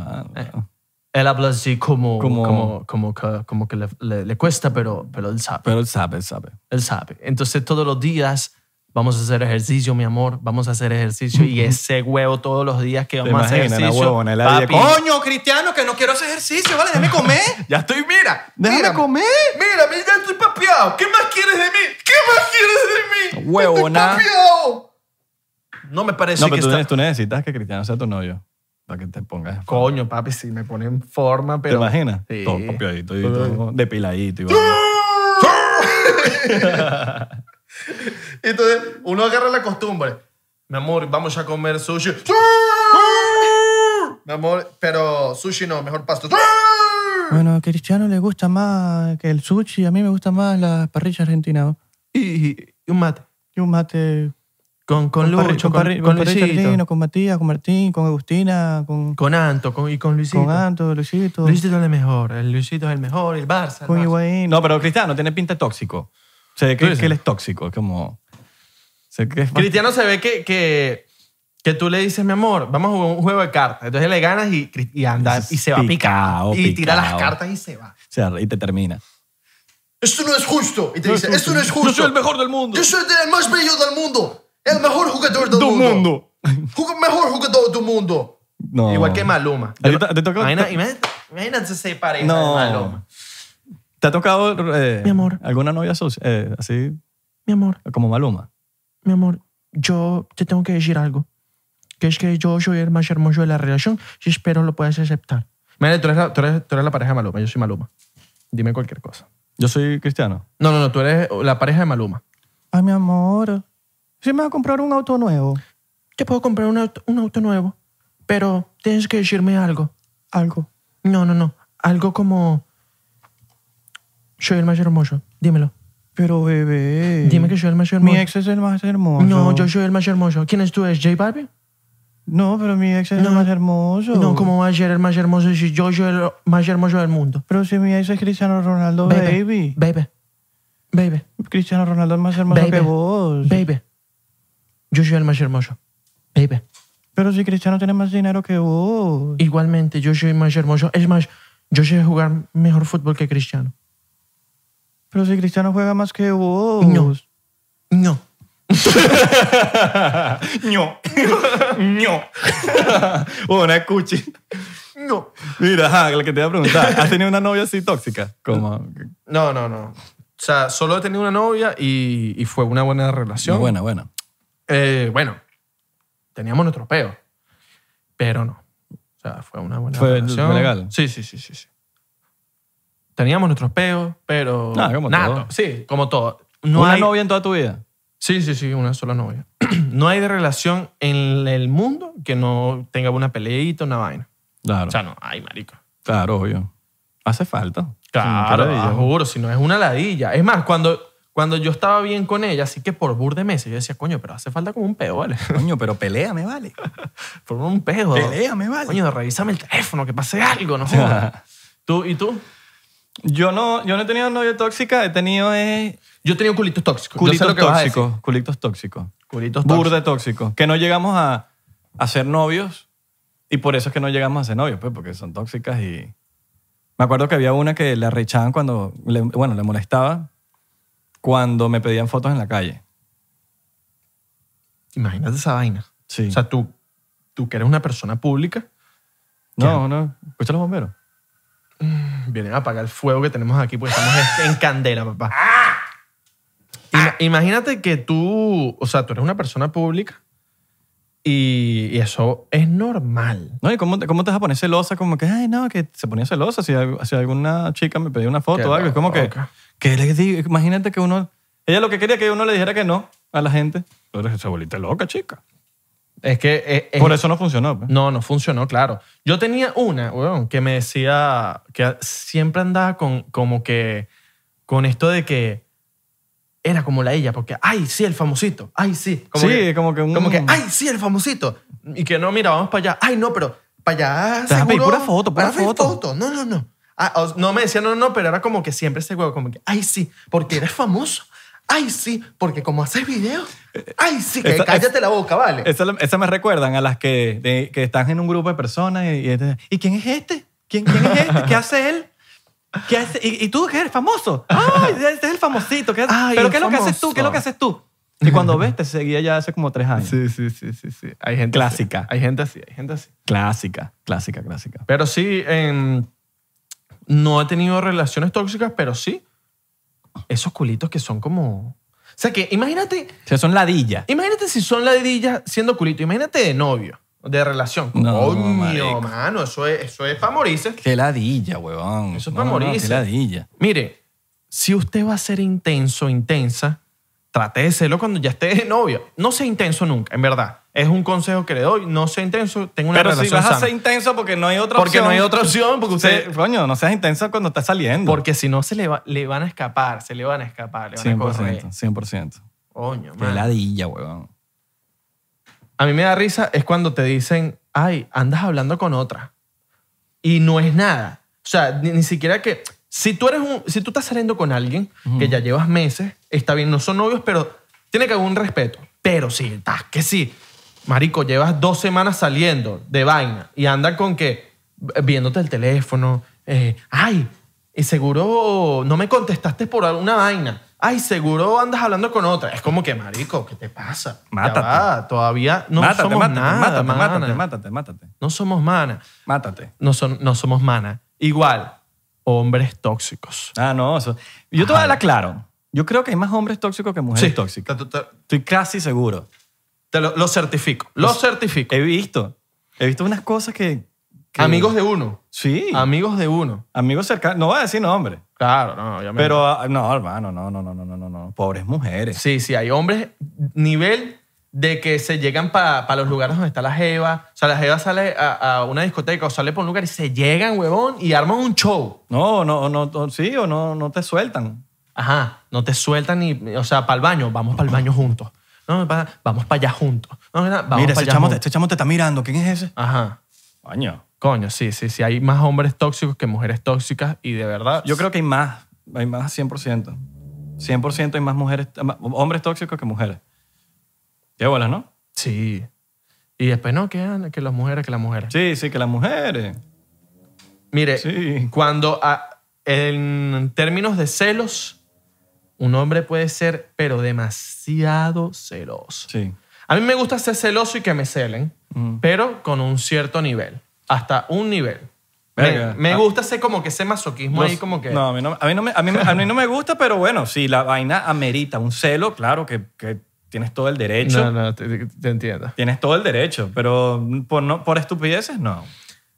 Speaker 2: Él habla así como, como,
Speaker 1: Como-
Speaker 2: como, que, como que le, le- le cuesta, pero, pero él sabe.
Speaker 1: Pero él sabe, él sabe.
Speaker 2: Él sabe. Entonces todos los días vamos a hacer ejercicio, mi amor. Vamos a hacer ejercicio. Y ese huevo todos los días que vamos a hacer
Speaker 1: imaginas, la
Speaker 2: ejercicio.
Speaker 1: huevona, la
Speaker 2: papi,
Speaker 1: día-
Speaker 2: Coño, Cristiano, que no quiero hacer ejercicio. Vale, déjame comer. ya estoy, mira.
Speaker 1: ¡Déjame
Speaker 2: mira,
Speaker 1: comer!
Speaker 2: Mira, mira, ya estoy papeado. ¿Qué más quieres de mí? ¿Qué más quieres de mí?
Speaker 1: Huevona.
Speaker 2: Estoy papeado. No me parece
Speaker 1: No,
Speaker 2: que
Speaker 1: pero tú,
Speaker 2: está...
Speaker 1: ne- tú necesitas que Cristiano sea tu novio para que te pongas.
Speaker 2: Coño, papi, sí, me pone en forma,
Speaker 1: ¿Te
Speaker 2: pero...
Speaker 1: imaginas?
Speaker 2: Sí.
Speaker 1: Todo papiadito y todo ¡Ah! depiladito. Y
Speaker 2: Entonces, uno agarra la costumbre. Mi amor, vamos a comer sushi. Mi amor, pero sushi no, mejor pasto.
Speaker 1: Bueno, a Cristiano le gusta más que el sushi, a mí me gusta más la parrilla argentina.
Speaker 2: Y, y un mate.
Speaker 1: Y un mate
Speaker 2: Con, con
Speaker 1: parri-
Speaker 2: Lucho,
Speaker 1: con,
Speaker 2: con,
Speaker 1: parri-
Speaker 2: con
Speaker 1: con parrilla
Speaker 2: Luisito.
Speaker 1: argentina, con Matías, con Martín, con Agustina, con,
Speaker 2: Con Anto con, y con Luisito.
Speaker 1: con Anto, Luisito,
Speaker 2: Luisito es el mejor. El Luisito es el mejor. El Barça. el
Speaker 1: con
Speaker 2: Barça.
Speaker 1: Higuaín. No, pero Cristiano tiene pinta de tóxico. Se ve
Speaker 2: ¿Tú
Speaker 1: que,
Speaker 2: dices?
Speaker 1: que él es tóxico, es como... se ve que es
Speaker 2: Cristiano se ve que, que, que tú le dices, mi amor, vamos a jugar un juego de cartas. Entonces le ganas y, Cris- y anda y se va
Speaker 1: Picao,
Speaker 2: picado. Y tira las
Speaker 1: picao.
Speaker 2: cartas y se va.
Speaker 1: O sea, y te termina.
Speaker 4: Esto no es justo. Y te dice, esto no es
Speaker 1: Yo soy
Speaker 4: justo.
Speaker 1: el mejor del mundo.
Speaker 4: Yo soy el más bello del mundo. El mejor jugador del
Speaker 1: ¡Del
Speaker 4: mundo.
Speaker 1: mundo!
Speaker 4: Jug- Mejor jugador del mundo.
Speaker 1: No.
Speaker 2: Igual que Maluma.
Speaker 1: ¿A ti te- te toca-
Speaker 2: Imagina- imagina- Imagínate ese pareja
Speaker 1: No.
Speaker 2: de Maluma.
Speaker 1: ¿Te ha tocado eh,
Speaker 2: Mi amor.
Speaker 1: alguna novia socia- eh, así
Speaker 2: Mi amor,
Speaker 1: como Maluma?
Speaker 2: mi amor, yo te tengo que decir algo. Que es que yo soy el más hermoso de la relación y espero lo puedas aceptar. Imagínate, tú eres, la, tú eres- tú eres la pareja de Maluma, yo soy Maluma. Dime cualquier cosa.
Speaker 1: Yo soy cristiano.
Speaker 2: No, no, no, tú eres la pareja de Maluma.
Speaker 1: Ay, mi amor. Si me vas a comprar un auto nuevo,
Speaker 2: Te puedo comprar un auto, un auto nuevo, pero tienes que decirme algo.
Speaker 1: algo.
Speaker 2: No, no, no. Algo como... Soy el más hermoso. Dímelo.
Speaker 1: Pero bebé.
Speaker 2: Dime que soy el más hermoso.
Speaker 1: Mm. Mi ex es el más hermoso.
Speaker 2: No, yo soy el más hermoso. ¿Quién es tú? ¿Es J Balvin?
Speaker 1: No, pero mi ex es
Speaker 2: No.
Speaker 1: el más hermoso.
Speaker 2: No, ¿cómo va a ser el más hermoso si yo soy el más hermoso del mundo?
Speaker 1: Pero si mi ex es Cristiano Ronaldo,
Speaker 2: Baby.
Speaker 1: baby.
Speaker 2: Baby. Baby.
Speaker 1: Cristiano Ronaldo es más hermoso
Speaker 2: Baby.
Speaker 1: que vos.
Speaker 2: Baby. Yo soy el más hermoso. Baby.
Speaker 1: Pero si Cristiano tiene más dinero que vos.
Speaker 2: Igualmente, yo soy más hermoso. Es más, yo sé jugar mejor fútbol que Cristiano.
Speaker 1: Pero si Cristiano juega más que vos.
Speaker 2: No. No.
Speaker 1: ño. ño. Una cuchi.
Speaker 2: No.
Speaker 1: Mira, ajá, lo que te iba a preguntar. ¿Has tenido una novia así tóxica? Como...
Speaker 2: No, no, no. O sea, solo he tenido una novia y, y fue una buena relación.
Speaker 3: Buena, buena.
Speaker 2: Eh, bueno, teníamos nuestro peo, pero no. O sea, fue una buena
Speaker 1: Fue-
Speaker 2: relación.
Speaker 1: fue legal.
Speaker 2: Sí, sí, sí, sí, sí. Teníamos nuestros peos, pero...
Speaker 1: Ah, como
Speaker 2: nada,
Speaker 1: todo.
Speaker 2: Sí, como todo. No
Speaker 1: ¿Una
Speaker 2: hay...
Speaker 1: novia en toda tu vida?
Speaker 2: Sí, sí, sí, una sola novia. no hay de relación en el mundo que no tenga una peleita, una vaina.
Speaker 1: Claro.
Speaker 2: O sea, no, ay, marico.
Speaker 1: Claro, obvio. Hace falta.
Speaker 2: Claro,
Speaker 1: Sí, qué
Speaker 2: ah,
Speaker 1: ladilla.
Speaker 2: juro, si no es una ladilla. Es más, cuando, cuando yo estaba bien con ella, así que por bur de meses, yo decía, coño, pero hace falta como un peo, ¿vale?
Speaker 3: Coño, pero pelea, me vale.
Speaker 2: por un peo.
Speaker 3: Pelea, me vale.
Speaker 2: Coño, revísame el teléfono, que pase algo, no jodas. ¿Tú y tú?
Speaker 1: Yo no, yo no he tenido novia tóxica, he tenido eh,
Speaker 2: Yo tenía culitos tóxicos. Yo sé
Speaker 1: culitos
Speaker 2: lo que vas a decir.
Speaker 1: tóxicos. Culitos tóxicos.
Speaker 2: Culitos tóxicos.
Speaker 1: Burda tóxicos. Que no llegamos a, a ser novios y por eso es que no llegamos a ser novios, pues, porque son tóxicas y, Me acuerdo que había una que le arrechaban cuando, le- bueno, le molestaba cuando me pedían fotos en la calle.
Speaker 2: Imagínate esa vaina.
Speaker 1: Sí.
Speaker 2: O sea, tú, tú que eres una persona pública,
Speaker 1: No, no. Escucha los bomberos.
Speaker 2: vienen a apagar el fuego que tenemos aquí porque estamos en- en candela, papá.
Speaker 1: Ah.
Speaker 2: Ima- imagínate que tú, o sea, tú eres una persona pública y, y eso es normal.
Speaker 1: No, ¿y cómo, te- cómo te vas a poner celosa? Como que, ay, no, que se ponía celosa si, al- si alguna chica me pedía una foto
Speaker 2: Qué
Speaker 1: o algo. Es como que,
Speaker 2: loca.
Speaker 1: que le digo, imagínate que uno... Ella lo que quería que uno le dijera que no a la gente. Pero se volviste loca, chica.
Speaker 2: Es que eh, es- es-
Speaker 1: Por eso no funcionó. pues.
Speaker 2: No, no funcionó, claro. Yo tenía una, weón, que me decía que siempre andaba con como que con esto de que era como la ella, porque ay, sí, el famosito, ay, sí. Como
Speaker 1: Sí,
Speaker 2: que,
Speaker 1: como que un-
Speaker 2: como que ay, sí, el famosito. Y que no, mira, vamos para allá. Ay, no, pero para allá
Speaker 1: Te vas a pedir
Speaker 2: seguro-
Speaker 1: pura foto, pura
Speaker 2: vas a pedir
Speaker 1: foto.
Speaker 2: No, no, no. Ah, o- no me decía no, no, pero era como que siempre ese huevo, como que ay, sí, porque eres famoso. Ay, sí, porque como haces videos. Ay, sí, que
Speaker 1: Esa-
Speaker 2: cállate la boca, vale.
Speaker 1: Esa, esa me recuerdan a las que, de- que están en un grupo de personas y, y te- ¿y quién es este? ¿Quién, quién es este? ¿Qué hace él? ¿Qué hace? ¿Y, y tú qué eres famoso? ¡Ay, este es el famosito! ¿Qué hace-
Speaker 2: Ay,
Speaker 1: ¿Pero
Speaker 2: el
Speaker 1: qué es lo que haces tú?
Speaker 2: famoso.
Speaker 1: ¿Qué es lo que haces tú? Y cuando ves, te seguía ya hace como tres años.
Speaker 2: Sí, sí, sí, sí, sí. Hay gente
Speaker 1: Clásica.
Speaker 2: así. Hay gente así, hay gente así.
Speaker 1: Clásica, clásica, clásica.
Speaker 2: Pero sí, em, no he tenido relaciones tóxicas, pero sí esos culitos que son como... O sea que imagínate,
Speaker 1: O sea, son ladillas.
Speaker 2: imagínate si son ladillas siendo culito, imagínate de novio, de relación.
Speaker 1: No,
Speaker 2: Coño,
Speaker 1: marico.
Speaker 2: mano, eso es, eso es para morirse.
Speaker 3: Qué ladilla, huevón.
Speaker 2: Eso es
Speaker 1: No,
Speaker 2: para
Speaker 1: no, no,
Speaker 2: morirse.
Speaker 1: qué ladilla.
Speaker 2: Mire, si usted va a ser intenso, intensa, trate de serlo cuando ya esté de novio. No sea intenso nunca, en verdad. Es un consejo que le doy. No sea intenso, tengo una
Speaker 1: Pero si
Speaker 2: relación
Speaker 1: vas a
Speaker 2: sana.
Speaker 1: ser intenso porque no hay otra
Speaker 2: Porque
Speaker 1: opción.
Speaker 2: no hay otra opción, porque usted...
Speaker 1: Sí, coño, no seas intenso cuando estás saliendo.
Speaker 2: Porque si no, se le, va- le van a escapar, se le van a escapar, le van a correr.
Speaker 1: 100%, 100%.
Speaker 2: Coño,
Speaker 3: Qué
Speaker 2: man.
Speaker 3: ladilla, huevón.
Speaker 2: A mí me da risa es cuando te dicen, ay, andas hablando con otra. Y no es nada. O sea, ni, ni siquiera que... Si tú, eres un, si tú estás saliendo con alguien que ya llevas meses, está bien, no son novios, pero tiene que haber un respeto. Pero si estás que sí, marico, llevas dos semanas saliendo de vaina y andan con que viéndote el teléfono, eh, ay, y seguro no me contestaste por alguna vaina. Ay, seguro andas hablando con otra. Es como que, marico, ¿qué te pasa? Ya
Speaker 1: Mátate.
Speaker 2: va, todavía no
Speaker 1: mátate,
Speaker 2: somos
Speaker 1: mátate,
Speaker 2: nada,
Speaker 1: mátate,
Speaker 2: mana.
Speaker 1: mátate, mátate, mátate.
Speaker 2: No somos mana.
Speaker 1: Mátate.
Speaker 2: No, son, no somos mana. Igual, hombres tóxicos.
Speaker 1: Ah, no, eso. Yo te voy a hablar claro. Yo creo que hay más hombres tóxicos que mujeres
Speaker 2: Sí.
Speaker 1: tóxicas.
Speaker 2: Te- te-
Speaker 1: Estoy casi seguro.
Speaker 2: te lo, lo certifico. Lo certifico.
Speaker 1: He visto. He visto unas cosas que. que-
Speaker 2: Amigos de uno.
Speaker 1: Sí.
Speaker 2: Amigos de uno.
Speaker 1: amigos cercanos. No voy a decir nombre.
Speaker 2: Claro, no, obviamente.
Speaker 1: Pero, ah, no, hermano, no, no, no, no, no, no, no. Pobres mujeres.
Speaker 2: Sí, sí, hay hombres nivel de que se llegan para los lugares donde está la jeva. O sea, la jeva sale a, a una discoteca o sale por un lugar y se llegan, huevón, y arman un show.
Speaker 1: No, no, no, no, sí, o no, no te sueltan.
Speaker 2: Ajá, no te sueltan ni, o sea, para el baño, vamos para el baño juntos. No, pa- vamos para allá juntos. No, no, vamos
Speaker 1: Mira,
Speaker 2: para
Speaker 1: ese
Speaker 2: allá
Speaker 1: chamo, te,
Speaker 2: juntos.
Speaker 1: este chamo te está mirando. ¿Quién es ese?
Speaker 2: Ajá.
Speaker 1: Coño.
Speaker 2: Coño, sí, sí, sí. Hay más hombres tóxicos que mujeres tóxicas y de verdad.
Speaker 1: Yo creo que hay más. Hay más 100%. 100% hay más mujeres, más hombres tóxicos que mujeres. Qué bolas, ¿no?
Speaker 2: Sí. Y después, no, que, ah, que las mujeres, que las mujeres.
Speaker 1: Sí, sí, que las mujeres.
Speaker 2: Mire,
Speaker 1: Sí.
Speaker 2: cuando a- en términos de celos, un hombre puede ser, pero demasiado celoso.
Speaker 1: Sí.
Speaker 2: A mí me gusta ser celoso y que me celen,
Speaker 1: Mm.
Speaker 2: pero con un cierto nivel, hasta un nivel. Me,
Speaker 1: Verga.
Speaker 2: me
Speaker 1: Ah.
Speaker 2: gusta ser como que ese masoquismo ahí,
Speaker 1: Los-
Speaker 2: como que...
Speaker 1: No, a mí no, a mí no, me, a mí me- a mí no me gusta, pero bueno, si la vaina amerita un celo, claro que, que tienes todo el derecho.
Speaker 2: no, no, te, te entiendo.
Speaker 1: Tienes todo el derecho, pero por, no, por estupideces, no.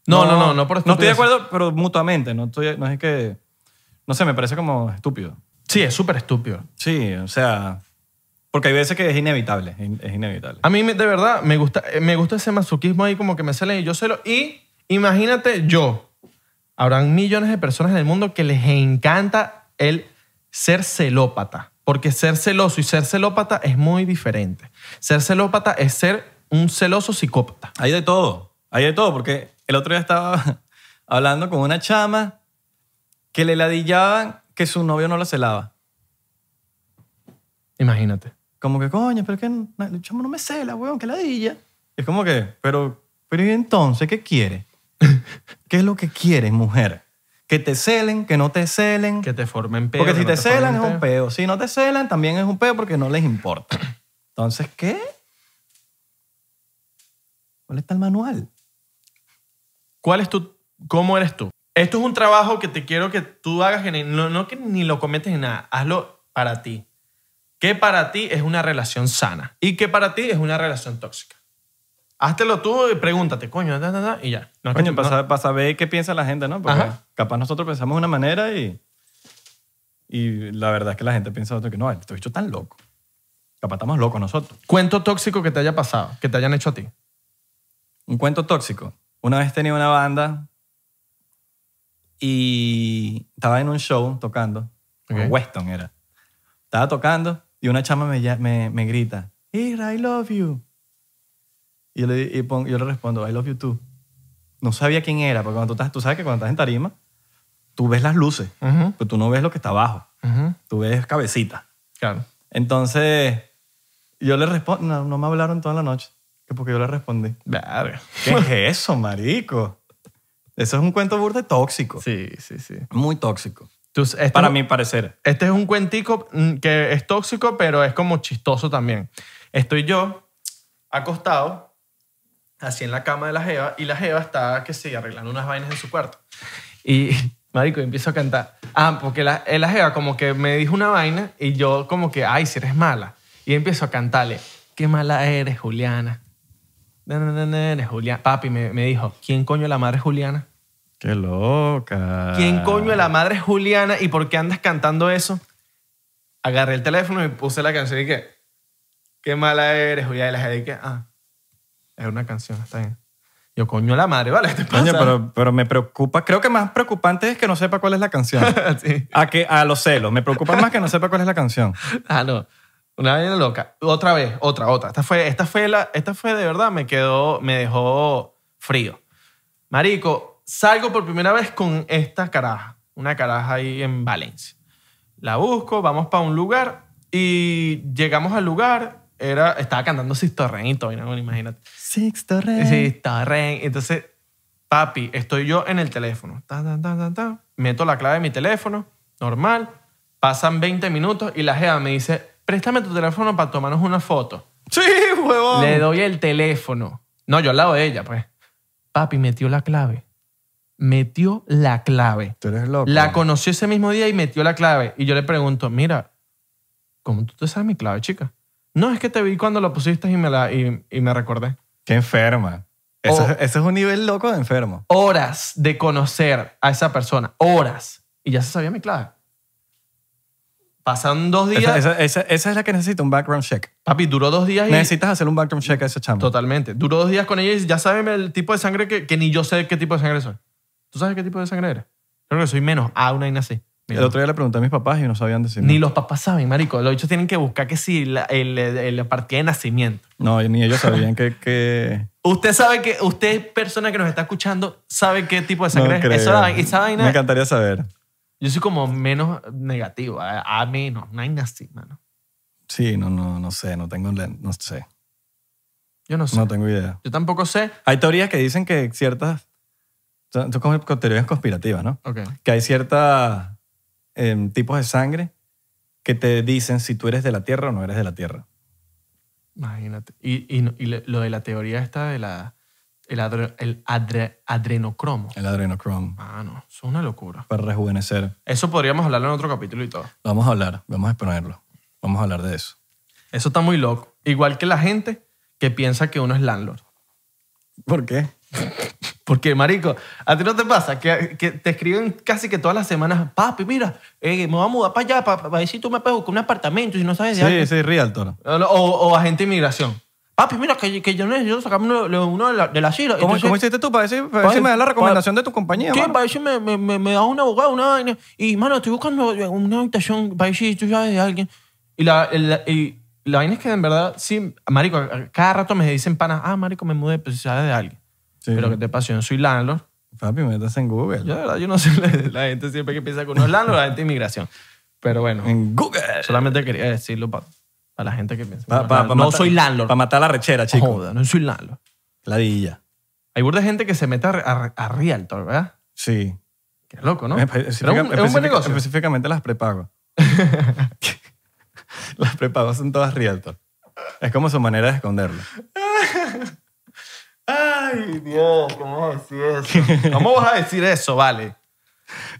Speaker 2: No, no, no, no por
Speaker 1: No estoy de
Speaker 2: estupideces.
Speaker 1: acuerdo, pero mutuamente. No, estoy, no es que... No sé, me parece como estúpido.
Speaker 2: Sí, es súper estúpido.
Speaker 1: Sí, o sea... Porque hay veces que es inevitable, in- es inevitable.
Speaker 2: A mí, me- de verdad, me gusta, eh, me gusta ese masoquismo ahí, como que me salen y yo celo. Y imagínate yo. Habrán millones de personas en el mundo que les encanta el ser celópata. Porque ser celoso y ser celópata es muy diferente. Ser celópata es ser un celoso psicópata.
Speaker 1: Hay de todo, hay de todo, porque el otro día estaba hablando con una chama que le ladillaban que su novio no la celaba.
Speaker 2: Imagínate.
Speaker 1: como que, coño, pero que no- el chamo no me cela, weón, que ladilla. Y es como que, pero, pero ¿y entonces qué quiere? ¿Qué es lo que quieres, mujer? ¿Qué Que te celen, que no te celen.
Speaker 2: Que te formen peo.
Speaker 1: porque si
Speaker 2: que no
Speaker 1: te celan es
Speaker 2: formen
Speaker 1: un peo. Si no te celan, también es un peo porque no les importa. Entonces, ¿qué? ¿Cuál está el manual?
Speaker 2: ¿Cuál es tu, cómo eres tú? Esto es un trabajo que te quiero que tú hagas, que ni- no, no que ni lo cometes en nada, hazlo para ti. ¿Qué para ti es una relación sana? ¿Y qué para ti es una relación tóxica? Háztelo tú y pregúntate, coño, da, da, da, y ya. No, es que
Speaker 1: Coño,
Speaker 2: tú-
Speaker 1: para,
Speaker 2: no-
Speaker 1: sa- para saber qué piensa la gente, ¿no? Porque
Speaker 2: Ajá.
Speaker 1: capaz nosotros pensamos de una manera y, y la verdad es que la gente piensa otro que no, estoy hecho tan loco. Capaz estamos locos nosotros.
Speaker 2: Cuento tóxico que te haya pasado, que te hayan hecho a ti.
Speaker 1: Un cuento tóxico. Una vez tenía una banda y estaba en un show tocando.
Speaker 2: Ok.
Speaker 1: en Weston era. Estaba tocando y una chama me, lla- me, me grita, Ira, I love you. Y yo, le, y pon- yo le respondo, I love you too. No sabía quién era, porque cuando tú, estás, tú sabes que cuando estás en tarima, tú ves las luces,
Speaker 2: Ujú,
Speaker 1: pero tú no ves lo que está abajo.
Speaker 2: ujú,
Speaker 1: Tú ves cabecita.
Speaker 2: Claro.
Speaker 1: Entonces, yo le respondo, no, no me hablaron toda la noche, que porque yo le respondí.
Speaker 2: Verga.
Speaker 1: ¿Qué es eso, marico? Eso es un cuento burde tóxico.
Speaker 2: Sí, sí, sí.
Speaker 1: Muy tóxico.
Speaker 2: Entonces, esto-
Speaker 1: Para mi parecer.
Speaker 2: Este es un cuentico mm, que es tóxico, pero es como chistoso también. Estoy yo acostado, así en la cama de la Jeva, y la Jeva está, que sí, arreglando unas vainas en su cuarto. Y, marico, yo empiezo a cantar. Ah, porque la, eh, la Jeva como que me dijo una vaina y yo como que, ay, si eres mala. Y empiezo a cantarle, qué mala eres, Juliana. Na, na, na, na, eres Juliana. Papi me, me dijo, ¿quién coño es la madre es Juliana?
Speaker 1: Qué loca.
Speaker 2: ¿Quién coño de la madre es Juliana y por qué andas cantando eso? Agarré el teléfono y puse la canción y que, qué mala eres, Juliana. Y la gente que, ah, es una canción, está bien. Yo, coño de la madre, vale, te pasa.
Speaker 1: Coño, pero, pero me preocupa. Creo que más preocupante es que no sepa cuál es la canción.
Speaker 2: Sí.
Speaker 1: A, que, a los celos. Me preocupa más que no sepa cuál es la canción.
Speaker 2: Ah, no. Una vaina loca. Otra vez, otra, otra. Esta fue, esta fue, la, esta fue de verdad, me quedó, me dejó frío. Marico, salgo por primera vez con esta caraja. Una caraja ahí en Valencia. La busco, vamos para un lugar y llegamos al lugar. Era, estaba cantando Sisto Ren y todo, y no, bueno, imagínate.
Speaker 1: Sixto
Speaker 2: Sí, está re. Entonces, papi, estoy yo en el teléfono. Ta, ta, ta, ta, ta. Meto la clave de mi teléfono, normal. Pasan 20 minutos y la jeva me dice, préstame tu teléfono para tomarnos una foto.
Speaker 1: Sí, huevón.
Speaker 2: Le doy el teléfono. No, yo al lado de ella, pues. Papi metió la clave. Metió la clave.
Speaker 1: Tú eres loco.
Speaker 2: La conoció ese mismo día y metió la clave. Y yo le pregunto, mira, ¿cómo tú te sabes mi clave, chica? No, es que te vi cuando la pusiste y me, la, y- y me recordé.
Speaker 1: Qué enferma. Eso,
Speaker 2: O-
Speaker 1: es- eso es un nivel loco de enfermo.
Speaker 2: horas de conocer a esa persona, horas, y ya se sabía mi clave. Pasan dos días,
Speaker 1: Esa, esa- esa- esa es la que necesita un background check.
Speaker 2: papi, duró dos días y
Speaker 1: Necesitas hacer un background check a ese chamo.
Speaker 2: totalmente, duró dos días con ella y ya saben el tipo de sangre que, que ni yo sé qué tipo de sangre soy. ¿Tú sabes qué tipo de sangre eres? Creo que soy menos A, una y así.
Speaker 1: El otro día le pregunté a mis papás y no sabían decirme.
Speaker 2: Ni los papás saben, marico. Los hechos tienen que buscar que si la, el- el- la partida de nacimiento.
Speaker 1: No, ni ellos sabían que... que...
Speaker 2: Usted sabe que, usted, persona que nos está escuchando, sabe qué tipo de
Speaker 1: No
Speaker 2: sangre es. Eso,
Speaker 1: creo.
Speaker 2: esa vaina-
Speaker 1: Me encantaría saber.
Speaker 2: Yo soy como menos negativo, a, a menos, no hay nada así, mano.
Speaker 1: Sí, no, no, no sé. No tengo... la- No sé.
Speaker 2: Yo no sé.
Speaker 1: No tengo idea.
Speaker 2: Yo tampoco sé.
Speaker 1: Hay teorías que dicen que ciertas. Son son como teorías conspirativas, ¿no?
Speaker 2: Ok.
Speaker 1: Que hay ciertos tipos de sangre que te dicen si tú eres de la tierra o no eres de la tierra.
Speaker 2: Imagínate. Y, y, no- y le- lo de la teoría esta de la. El, adre- el adre- adrenocromo.
Speaker 1: El adrenocromo.
Speaker 2: Mano, eso es una locura.
Speaker 1: Para rejuvenecer.
Speaker 2: Eso podríamos hablarlo en otro capítulo y todo.
Speaker 1: Vamos a hablar, vamos a exponerlo. Vamos a hablar de eso.
Speaker 2: Eso está muy loco. Igual que la gente que piensa que uno es landlord.
Speaker 1: ¿Por qué?
Speaker 2: Porque, marico, ¿a ti no te pasa? Que, que te escriben casi que todas las semanas, papi, mira, eh, me voy a mudar para allá, para ver si tú me puedes buscar un apartamento, si no sabes de algo".
Speaker 1: Sí, sí, Realtor.
Speaker 2: O, o agente de inmigración. Papi, mira, que, que yo necesito sacarme uno, lo- uno de la, del asilo.
Speaker 1: ¿Cómo,
Speaker 2: Entonces,
Speaker 1: cómo hiciste tú para decir, para decirme de la recomendación de tu compañía?
Speaker 2: ¿Qué?
Speaker 1: mano?
Speaker 2: Para decir, me, me, me, me das un abogado, una vaina. Y, mano, estoy buscando una habitación para decir, tú sabes de alguien. Y la, el- y la vaina es que, en verdad, sí, marico, cada rato me dicen panas, ah, marico, me mudé, pues sabes de alguien.
Speaker 1: Sí.
Speaker 2: Pero que te pasó, yo no soy landlord.
Speaker 1: Papi, métase en Google.
Speaker 2: Yo, de verdad, yo no sé, la, la gente siempre que piensa que uno es landlord, la gente de inmigración. Pero bueno,
Speaker 1: En Google.
Speaker 2: solamente quería decirlo para la gente que piensa. que
Speaker 1: Pa- pa-
Speaker 2: uno es landlord.
Speaker 1: pa
Speaker 2: no
Speaker 1: matar-
Speaker 2: soy landlord.
Speaker 1: Para matar la rechera, chico.
Speaker 2: Joda, no soy landlord.
Speaker 1: La dilla.
Speaker 2: Hay burda de gente que se mete a, re- a, re- a Realtor, ¿verdad?
Speaker 1: Sí.
Speaker 2: Qué loco, ¿no?
Speaker 1: Espe-
Speaker 2: Pero Es un,
Speaker 1: específica-
Speaker 2: es un buen
Speaker 1: específica-
Speaker 2: negocio.
Speaker 1: Específicamente las prepago. las prepago son todas realtor. Es como su manera de esconderlo.
Speaker 2: Ay, Dios, ¿cómo vas a decir eso? ¿Cómo vas a decir eso, vale?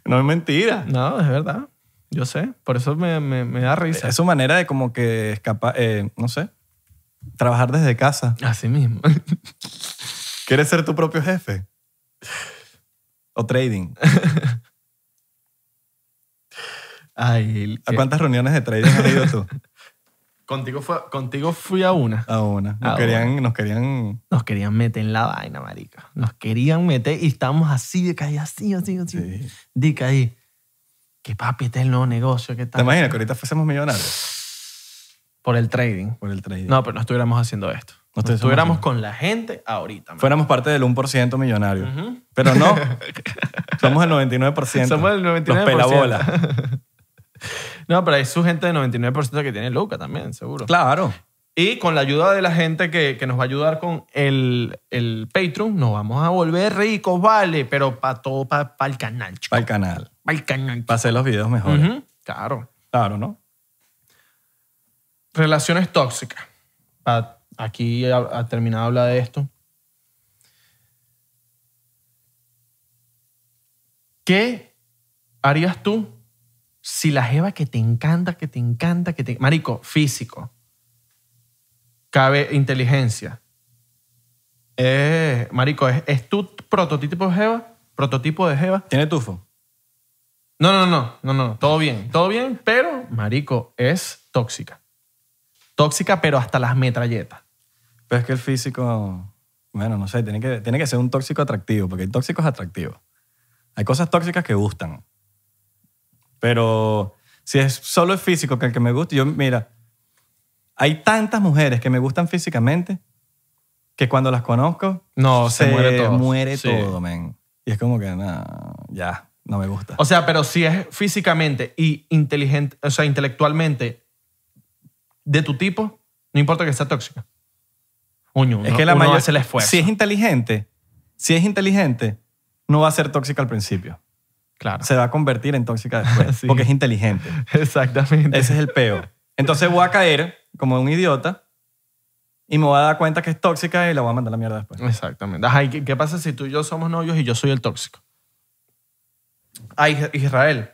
Speaker 1: No es mentira.
Speaker 2: No, es verdad. Yo sé. Por eso me, me- me da risa.
Speaker 1: Es su manera de como que escapar, eh, no sé, trabajar desde casa.
Speaker 2: Así mismo.
Speaker 1: ¿Quieres ser tu propio jefe? O trading.
Speaker 2: Ay, el-
Speaker 1: ¿A cuántas reuniones de trading has ido tú?
Speaker 2: Contigo, fue, contigo fui a una.
Speaker 1: A una. Nos
Speaker 2: A
Speaker 1: querían, nos querían
Speaker 2: Nos querían meter en la vaina, marica. Nos querían meter y estábamos así de caída, así, así, así.
Speaker 1: Sí.
Speaker 2: De caída. Que papi, este es el nuevo negocio que
Speaker 1: ¿Te
Speaker 2: tal.
Speaker 1: imaginas que ahorita fuésemos millonarios
Speaker 2: Por el trading.
Speaker 1: por el trading?
Speaker 2: No, pero no estuviéramos haciendo esto.
Speaker 1: No
Speaker 2: No
Speaker 1: estuviésemos
Speaker 2: estuviéramos
Speaker 1: haciendo-
Speaker 2: con la gente ahorita. man.
Speaker 1: Fuéramos parte del 1% millonario.
Speaker 2: Ujú.
Speaker 1: Pero no. Somos el 99%.
Speaker 2: Somos el 99%.
Speaker 1: Los pelabola.
Speaker 2: No, pero hay su gente del 99% que tiene loca también, seguro.
Speaker 1: Claro.
Speaker 2: Y con la ayuda de la gente que, que nos va a ayudar con el, el Patreon, nos vamos a volver ricos, vale, pero para todo, para el canal,
Speaker 1: Para el canal.
Speaker 2: Para el canal.
Speaker 1: Para hacer los videos mejores.
Speaker 2: Ujú, Claro.
Speaker 1: Claro, ¿no?
Speaker 2: Relaciones tóxicas. Pa- aquí ha, ha terminado hablar de esto. ¿Qué harías tú si la jeva que te encanta, que te encanta, que te... Marico, físico. Cabe inteligencia. Eh, marico, ¿es, es tu prototipo de jeva? ¿Prototipo de jeva?
Speaker 1: ¿Tiene tufo?
Speaker 2: No, no, no, no, no, no. Todo bien, todo bien, pero, marico, es tóxica. Tóxica, pero hasta las metralletas.
Speaker 1: Pero es que el físico... Bueno, no sé. Tiene que, tiene que ser un tóxico atractivo. Porque el tóxico es atractivo. Hay cosas tóxicas que gustan. Pero si es solo el físico que el que me gusta... Yo, mira... Hay tantas mujeres que me gustan físicamente que cuando las conozco...
Speaker 2: No, Oh, se, muere todo.
Speaker 1: muere
Speaker 2: Sí.
Speaker 1: todo, men. Y es como que, no, ya, no me gusta.
Speaker 2: O sea, pero si es físicamente y inteligente, o sea, intelectualmente de tu tipo, no importa que sea tóxica. Uño,
Speaker 1: Es que la mayor
Speaker 2: hace el esfuerzo.
Speaker 1: Si es inteligente, si es inteligente, no va a ser tóxica al principio.
Speaker 2: claro.
Speaker 1: Se va a convertir en tóxica después,
Speaker 2: Sí.
Speaker 1: porque es inteligente.
Speaker 2: Exactamente.
Speaker 1: Ese es el peo. Entonces voy a caer como un idiota y me voy a dar cuenta que es tóxica y la voy a mandar a la mierda después.
Speaker 2: Exactamente. Ajá, ¿y qué, qué pasa si tú y yo somos novios y yo soy el tóxico? Ay, Israel.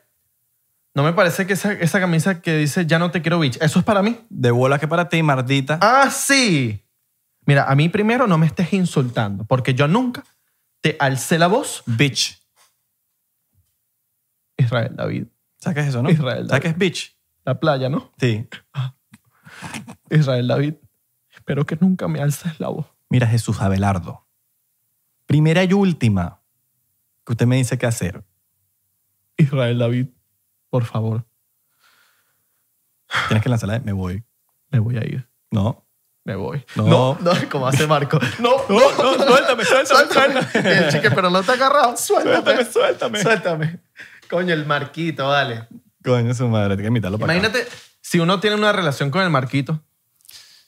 Speaker 2: No me parece que esa, esa camisa que dice ya no te quiero, bitch, eso es para mí.
Speaker 1: De bola que para ti, mardita.
Speaker 2: Ah, sí. Mira, a mí primero no me estés insultando, porque yo nunca te alcé la voz,
Speaker 1: Bitch.
Speaker 2: Israel David.
Speaker 1: ¿Sabes qué es eso, no?
Speaker 2: Israel,
Speaker 1: ¿Sabes qué es bitch?
Speaker 2: La playa, ¿no?
Speaker 1: Sí.
Speaker 2: Israel David. Pero que nunca me alces la voz.
Speaker 1: Mira, Jesús Abelardo. Primera y última que usted me dice qué hacer.
Speaker 2: Israel David, por favor,
Speaker 1: Tienes que lanzarla. de, Me voy.
Speaker 2: me voy a ir.
Speaker 1: No.
Speaker 2: Me voy.
Speaker 1: No.
Speaker 2: no, como hace Marco. No, no, no,
Speaker 1: Suéltame,
Speaker 2: Suéltame. Y el chique, pero no te ha agarrado. Suéltame.
Speaker 1: suéltame.
Speaker 2: Suéltame. Coño, el marquito, vale.
Speaker 1: Coño, su madre, tiene que invitarlo para acá.
Speaker 2: Imagínate si uno tiene una relación con el marquito.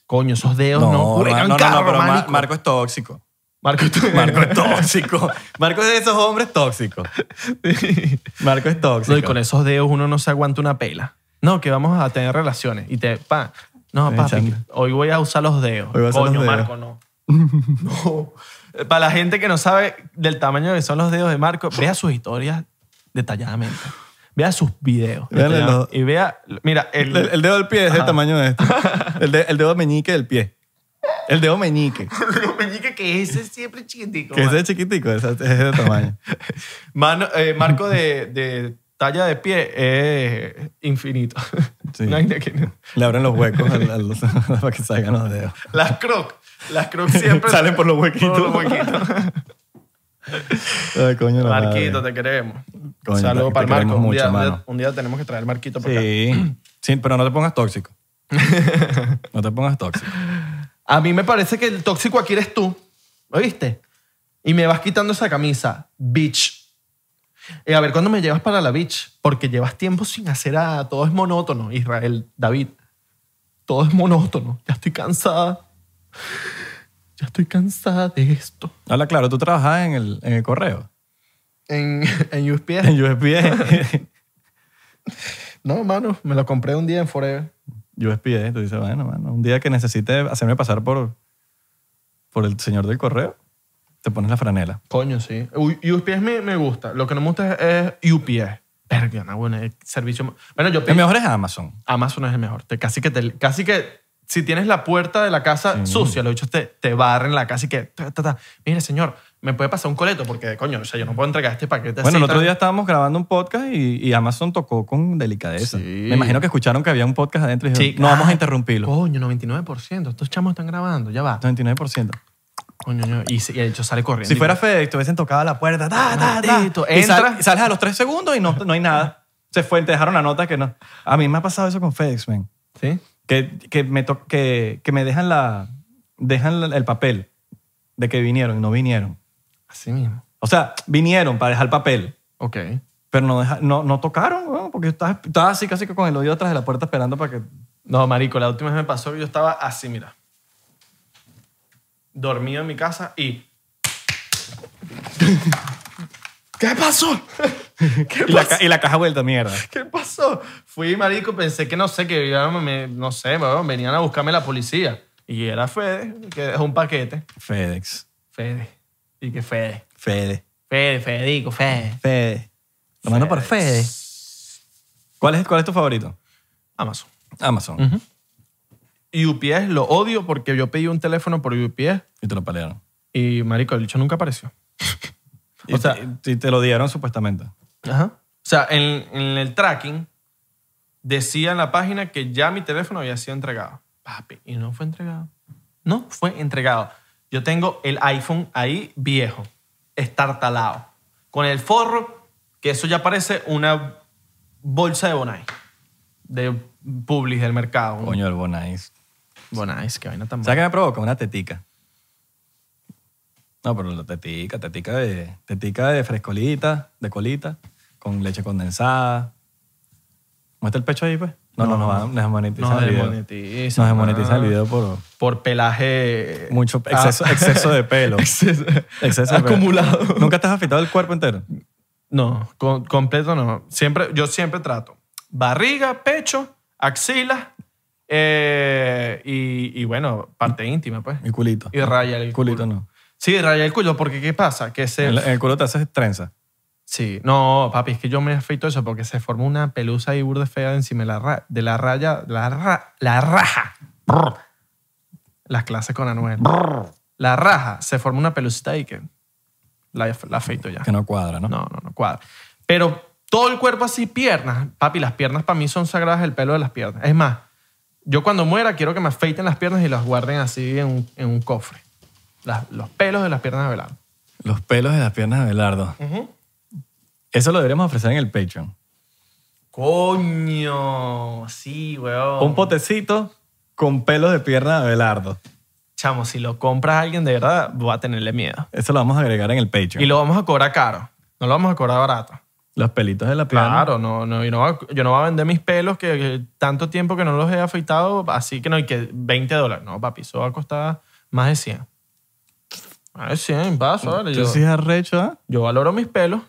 Speaker 2: Coño, esos dedos no.
Speaker 1: No, no,
Speaker 2: huracán
Speaker 1: no,
Speaker 2: carro,
Speaker 1: no, pero Ma-
Speaker 2: marico.
Speaker 1: Marco es tóxico.
Speaker 2: Marco, tú-
Speaker 1: Marco es tóxico. Marco es de esos hombres tóxicos. Marco es tóxico.
Speaker 2: No, y con esos dedos uno no se aguanta una pela. No, que vamos a tener relaciones. Y te, pa, no,
Speaker 1: Sí,
Speaker 2: papi,
Speaker 1: chamo.
Speaker 2: hoy voy a usar los dedos.
Speaker 1: Hoy voy a usar
Speaker 2: Coño,
Speaker 1: los dedos.
Speaker 2: Marco, no. no. Eh, Para la gente que no sabe del tamaño que son los dedos de Marco, vea sus historias detalladamente. Vea sus videos.
Speaker 1: Véanle
Speaker 2: detallados.
Speaker 1: los-
Speaker 2: Y vea, mira, el,
Speaker 1: el, el dedo del pie es del tamaño de esto. El, de- el dedo meñique del pie. El dedo meñique.
Speaker 2: meñique que ese es siempre chiquitico.
Speaker 1: Que
Speaker 2: mano.
Speaker 1: ese es chiquitico, ese es de tamaño.
Speaker 2: Mano- eh, Marco de, de talla de pie es infinito.
Speaker 1: Sí.
Speaker 2: No hay de que no.
Speaker 1: Le abren los huecos al- al- para que salgan los dedos.
Speaker 2: Las crocs. Las crocs siempre
Speaker 1: Salen por los huequitos.
Speaker 2: Por los huequitos.
Speaker 1: Ay, coño, la madre.
Speaker 2: Marquito, te queremos.
Speaker 1: Coño,
Speaker 2: Saludos
Speaker 1: te
Speaker 2: para el Marco.
Speaker 1: queremos
Speaker 2: Un
Speaker 1: mucho,
Speaker 2: día, un día-
Speaker 1: mano.
Speaker 2: un día tenemos que traer al Marquito para acá.
Speaker 1: Sí. sí, pero no te pongas tóxico. No te pongas tóxico.
Speaker 2: A mí me parece que el tóxico aquí eres tú. ¿Oíste? Y me vas quitando esa camisa. Bitch. Eh, a ver, ¿cuándo me llevas para la beach? Porque llevas tiempo sin hacer nada. Todo es monótono, Israel, David. Todo es monótono. Ya estoy cansada. Ya estoy cansada de esto.
Speaker 1: Habla claro, tú trabajabas en el, en el correo.
Speaker 5: en, en USPS.
Speaker 1: En USPS.
Speaker 5: No, mano, me lo compré un día en Forever.
Speaker 1: USPS. Tú dices, bueno, mano, un día que necesite hacerme pasar por, por el señor del correo, te pones la franela.
Speaker 2: Coño, sí. U- UPS me, me gusta. Lo que no me gusta es, es UPS. Verga, no, bueno, el servicio... ma- Bueno, yo
Speaker 1: El
Speaker 2: pedí...
Speaker 1: mejor es Amazon.
Speaker 2: Amazon es el mejor. Te- casi, que te- casi que si tienes la puerta de la casa sucia, los bichos te, te barren la casa y que... ta, ta, ta. Mire, señor, ¿me puede pasar un coleto? Porque, coño, o sea, yo no puedo entregar este paquete
Speaker 1: Bueno,
Speaker 2: así,
Speaker 1: el otro
Speaker 2: tal.
Speaker 1: día estábamos grabando un podcast y, y Amazon tocó con delicadeza.
Speaker 2: Sí.
Speaker 1: Me imagino que escucharon que había un podcast adentro y dijeron,
Speaker 2: Sí.
Speaker 1: no vamos a
Speaker 2: Ah,
Speaker 1: interrumpirlo.
Speaker 2: Coño, 99%. Estos chamos están grabando, ya va.
Speaker 1: 99%.
Speaker 2: Coño, coño, y, se- y el bicho sale corriendo.
Speaker 1: Si fuera FedEx, te hubiesen tocado la puerta. Ta, ta, ta.
Speaker 2: Maldito,
Speaker 1: Y sal-
Speaker 2: entra.
Speaker 1: y sales a los tres segundos y no, no hay nada. Se fue, te dejaron la nota que no. A mí me ha pasado eso con FedEx, man.
Speaker 2: ¿Sí?
Speaker 1: Que, que, me, to- que, que me dejan, la, dejan la- el papel de que vinieron y no vinieron.
Speaker 2: Así mismo.
Speaker 1: O sea, vinieron para dejar papel,
Speaker 2: Ok.
Speaker 1: pero no, deja- no, no tocaron, weón, porque yo estaba, estaba así casi que con el oído atrás de la puerta esperando para que...
Speaker 2: No, marico, la última vez me pasó que yo estaba así, mira. Dormido en mi casa y... ¿Qué pasó? ¿Qué
Speaker 1: Y la, ca- y la caja vuelta, mierda.
Speaker 2: ¿Qué pasó? Fui, marico, pensé que no sé, que ya me- me- no sé, weón, venían a buscarme la policía. Y era Fede, que dejó un paquete.
Speaker 1: FedEx.
Speaker 2: Fede. Y que Fede.
Speaker 1: Fede.
Speaker 2: Fede, Federico, Fede.
Speaker 1: Fede. Lo mando por Fede. ¿Cuál es, ¿Cuál es tu favorito?
Speaker 2: Amazon.
Speaker 1: Amazon.
Speaker 2: Y UPS lo odio porque yo pedí un teléfono por UPS
Speaker 1: Y te lo palearon.
Speaker 2: y, marico, el bicho nunca apareció.
Speaker 1: Y,
Speaker 2: O sea-
Speaker 1: te, y te lo dieron supuestamente.
Speaker 2: Ajá. O sea, en, en el tracking decía en la página que ya mi teléfono había sido entregado. Papi, y no fue entregado. No fue entregado. Yo tengo el iPhone ahí viejo, estartalado, con el forro, que eso ya parece una bolsa de Bonai, de Publis del mercado.
Speaker 1: Coño, el Bonais.
Speaker 2: Bonais, qué vaina tan buena.
Speaker 1: ¿Sabes qué me provoca? Una tetica. No, pero la tetica, tetica de, tetica de frescolita, de colita, con leche condensada. Muestra el pecho ahí, pues. No, no, no, va- nos monetiza Ah.
Speaker 2: Nos
Speaker 1: el video.
Speaker 2: desmonetiza,
Speaker 1: Nos desmonetiza el
Speaker 2: mano.
Speaker 1: video por
Speaker 2: Por pelaje.
Speaker 1: mucho
Speaker 2: Ah.
Speaker 1: exceso, exceso de pelo.
Speaker 2: Exceso-
Speaker 1: Exceso de pelo.
Speaker 2: acumulado.
Speaker 1: ¿Nunca te has afeitado el cuerpo entero?
Speaker 2: No, con- completo no. Siempre, yo siempre trato barriga, pecho, axilas eh, y, y bueno, parte íntima, pues.
Speaker 1: El culito.
Speaker 2: Y raya el
Speaker 1: El culito
Speaker 2: culo.
Speaker 1: no.
Speaker 2: Sí, raya el culo, porque ¿qué pasa? Que se...
Speaker 1: En la- en el eh. culo te haces trenza.
Speaker 2: Sí, no, papi, es que yo me afeito eso porque se forma una pelusa ahí burda fea encima de la, ra- de la raya, la, ra- la raja. Las clases con Anuel. La raja, se forma una pelucita ahí que la, la afeito ya.
Speaker 1: Que no cuadra, ¿no?
Speaker 2: No, no, no cuadra. Pero todo el cuerpo así, piernas. Papi, las piernas para mí son sagradas, el pelo de las piernas. Es más, yo cuando muera quiero que me afeiten las piernas y las guarden así en un, en un cofre. Las- los pelos de las piernas de Abelardo.
Speaker 1: Los pelos de las piernas de Abelardo. Eso lo deberíamos ofrecer en el Patreon.
Speaker 2: Coño, sí, weón.
Speaker 1: Un potecito con pelos de pierna de Abelardo.
Speaker 2: Chamo, si lo compras a alguien de verdad, voy a tenerle miedo.
Speaker 1: Eso lo vamos a agregar en el Patreon.
Speaker 2: Y lo vamos a cobrar caro. No lo vamos a cobrar barato.
Speaker 1: Los pelitos de la pierna.
Speaker 2: Claro, no, no, yo, no voy a- yo no voy a vender mis pelos que, que tanto tiempo que no los he afeitado, así que no, y que 20 dólares. No, papi, eso va a costar más de 100. Más de 100, paso, vale.
Speaker 1: Tú
Speaker 2: Yo,
Speaker 1: sí es arrecho, ¿ah?
Speaker 2: yo valoro mis pelos,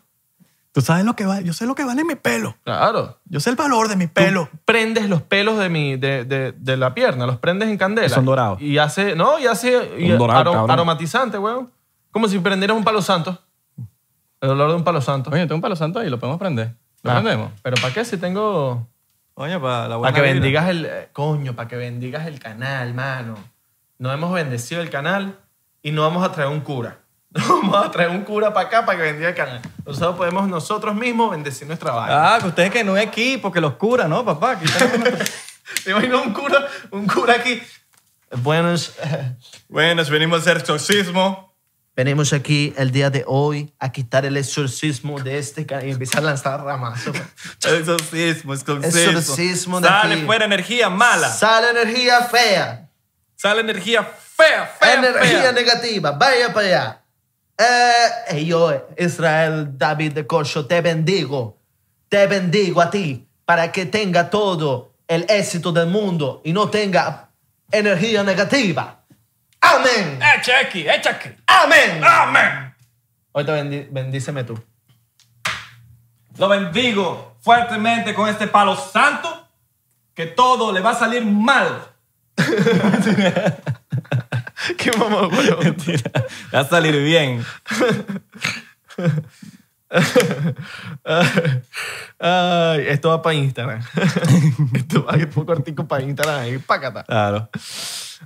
Speaker 1: Tú sabes lo que vale. Yo sé lo que vale mi pelo.
Speaker 2: claro.
Speaker 1: Yo sé el valor de mi
Speaker 2: Tú
Speaker 1: pelo.
Speaker 2: prendes los pelos de, mi, de, de, de la pierna, los prendes en candela.
Speaker 1: Son dorados.
Speaker 2: Y hace, no, y hace y
Speaker 3: Son dorados,
Speaker 2: aro-
Speaker 3: cabrón.
Speaker 2: aromatizante, weón. Como si prendieras un palo santo. El olor de un palo santo.
Speaker 1: Oye, tengo un palo santo ahí, lo podemos prender. ¿Lo
Speaker 2: Ah,
Speaker 1: prendemos?
Speaker 2: Pero ¿para qué si tengo...
Speaker 1: Oye, para la buena
Speaker 2: Para que
Speaker 1: vibra.
Speaker 2: bendigas el. eh, Coño, para que bendigas el canal, mano. No hemos bendecido el canal y no vamos a traer un cura. No vamos a traer un cura para acá para que bendiga el canal. Nosotros podemos nosotros mismos bendecir nuestra vaina.
Speaker 1: Ah, que ustedes que no es aquí porque los cura, ¿no, papá? Aquí tenemos una-
Speaker 2: ¿Te imaginas un cura, un cura aquí? Buenos.
Speaker 1: bueno, si venimos a hacer exorcismo.
Speaker 5: Venimos aquí el día de hoy.
Speaker 2: A quitar el exorcismo de este canal y empezar a lanzar ramas.
Speaker 1: Exorcismo, exorcismo.
Speaker 5: Exorcismo de
Speaker 1: Sale
Speaker 5: aquí.
Speaker 1: fuera energía mala.
Speaker 5: Sale energía fea.
Speaker 1: Sale energía fea, fea,
Speaker 5: energía
Speaker 1: fea.
Speaker 5: negativa. Vaya para allá. Eh, eh, yo, Israel David de Corcho, te bendigo. Te bendigo a ti para que tenga todo el éxito del mundo y no tenga energía negativa. Amén.
Speaker 1: Echa aquí, echa aquí.
Speaker 5: Amén.
Speaker 1: Amén.
Speaker 2: Ahorita bendí- bendíceme tú.
Speaker 1: Lo bendigo fuertemente con este palo santo que todo le va a salir mal.
Speaker 2: Qué mamá, weón.
Speaker 1: Mentira. Va a salir bien.
Speaker 2: Ay, esto va para Instagram. esto va un cortico para Instagram ahí, pácata.
Speaker 1: Claro.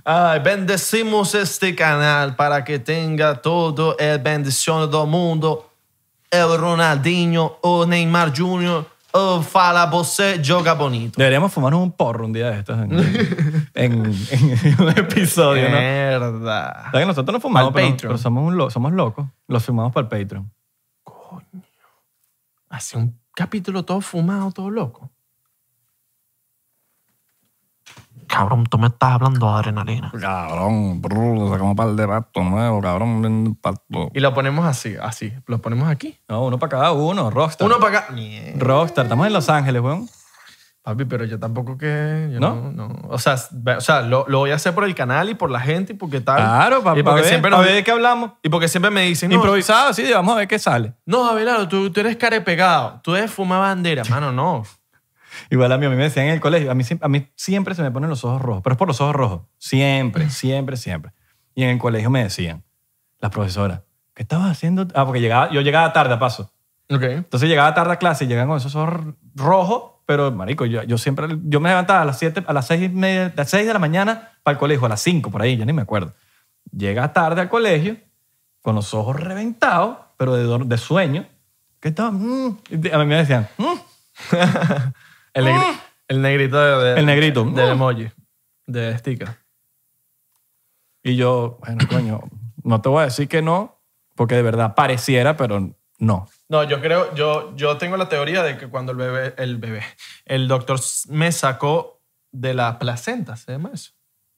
Speaker 2: Ay, bendecimos este canal para que tenga todo el bendición del mundo. El Ronaldinho, o Neymar Jr., o Fala Bosé, joga bonito.
Speaker 1: Deberíamos fumarnos un porro un día de estos en, en- en un episodio, ¿no?
Speaker 3: Eh.
Speaker 2: Mierda.
Speaker 1: ¿Sabes que nosotros no fumamos,
Speaker 2: Al
Speaker 1: pero,
Speaker 2: Patreon.
Speaker 1: pero somos, un lo- somos locos. Los fumamos para el Patreon.
Speaker 2: Hace un capítulo todo fumado, todo loco. Cabrón, tú me estás hablando de adrenalina.
Speaker 3: Cabrón, brr, lo sacamos para el de pato nuevo, cabrón, bien pato.
Speaker 2: Y lo ponemos así, así. Lo ponemos aquí.
Speaker 1: No, uno para cada uno. Rockstar.
Speaker 2: Uno para acá. Mierda.
Speaker 1: Rockstar. Estamos en Los Ángeles, weón.
Speaker 2: Papi, pero yo tampoco que... yo
Speaker 1: ¿No?
Speaker 2: ¿No? no, O sea, ve- o sea lo, lo voy a hacer por el canal y por la gente y porque tal.
Speaker 1: Claro, para
Speaker 2: y porque
Speaker 1: ver,
Speaker 2: siempre
Speaker 1: pa'
Speaker 2: nos-
Speaker 1: ver de qué hablamos.
Speaker 2: Y porque siempre me dicen... No,
Speaker 1: Improvisado, sí, vamos a ver qué sale.
Speaker 2: no Abelardo, tú, tú eres carepegado. Tú eres fuma bandera. Mano, no.
Speaker 1: Igual a mí, a mí me decían en el colegio, a mí, siem- a mí siempre se me ponen los ojos rojos, pero es por los ojos rojos. Siempre, siempre, siempre. Y en el colegio me decían, las profesoras, ¿qué estabas haciendo? Ah, porque llegaba, yo llegaba tarde a paso.
Speaker 2: Ok.
Speaker 1: Entonces llegaba tarde a clase y llegaban con esos ojos rojos, pero marico, yo, yo siempre, yo me levantaba a las 7, a las 6 y media, a las 6 de la mañana para el colegio, a las 5 por ahí, ya ni me acuerdo. Llega tarde al colegio con los ojos reventados, pero de, dor- de sueño. ¿Qué estaba? mm. Y de- A mí me decían, mm,
Speaker 2: El, negri- el negrito de, de-
Speaker 1: el negrito.
Speaker 2: del
Speaker 1: mm.
Speaker 2: emoji. De sticker.
Speaker 1: Y yo, bueno, coño, no te voy a decir que no, porque de verdad pareciera, pero no.
Speaker 2: No, yo creo, yo, yo tengo la teoría de que cuando el bebé, el bebé, el doctor s- me sacó de la placenta, ¿se llama eso?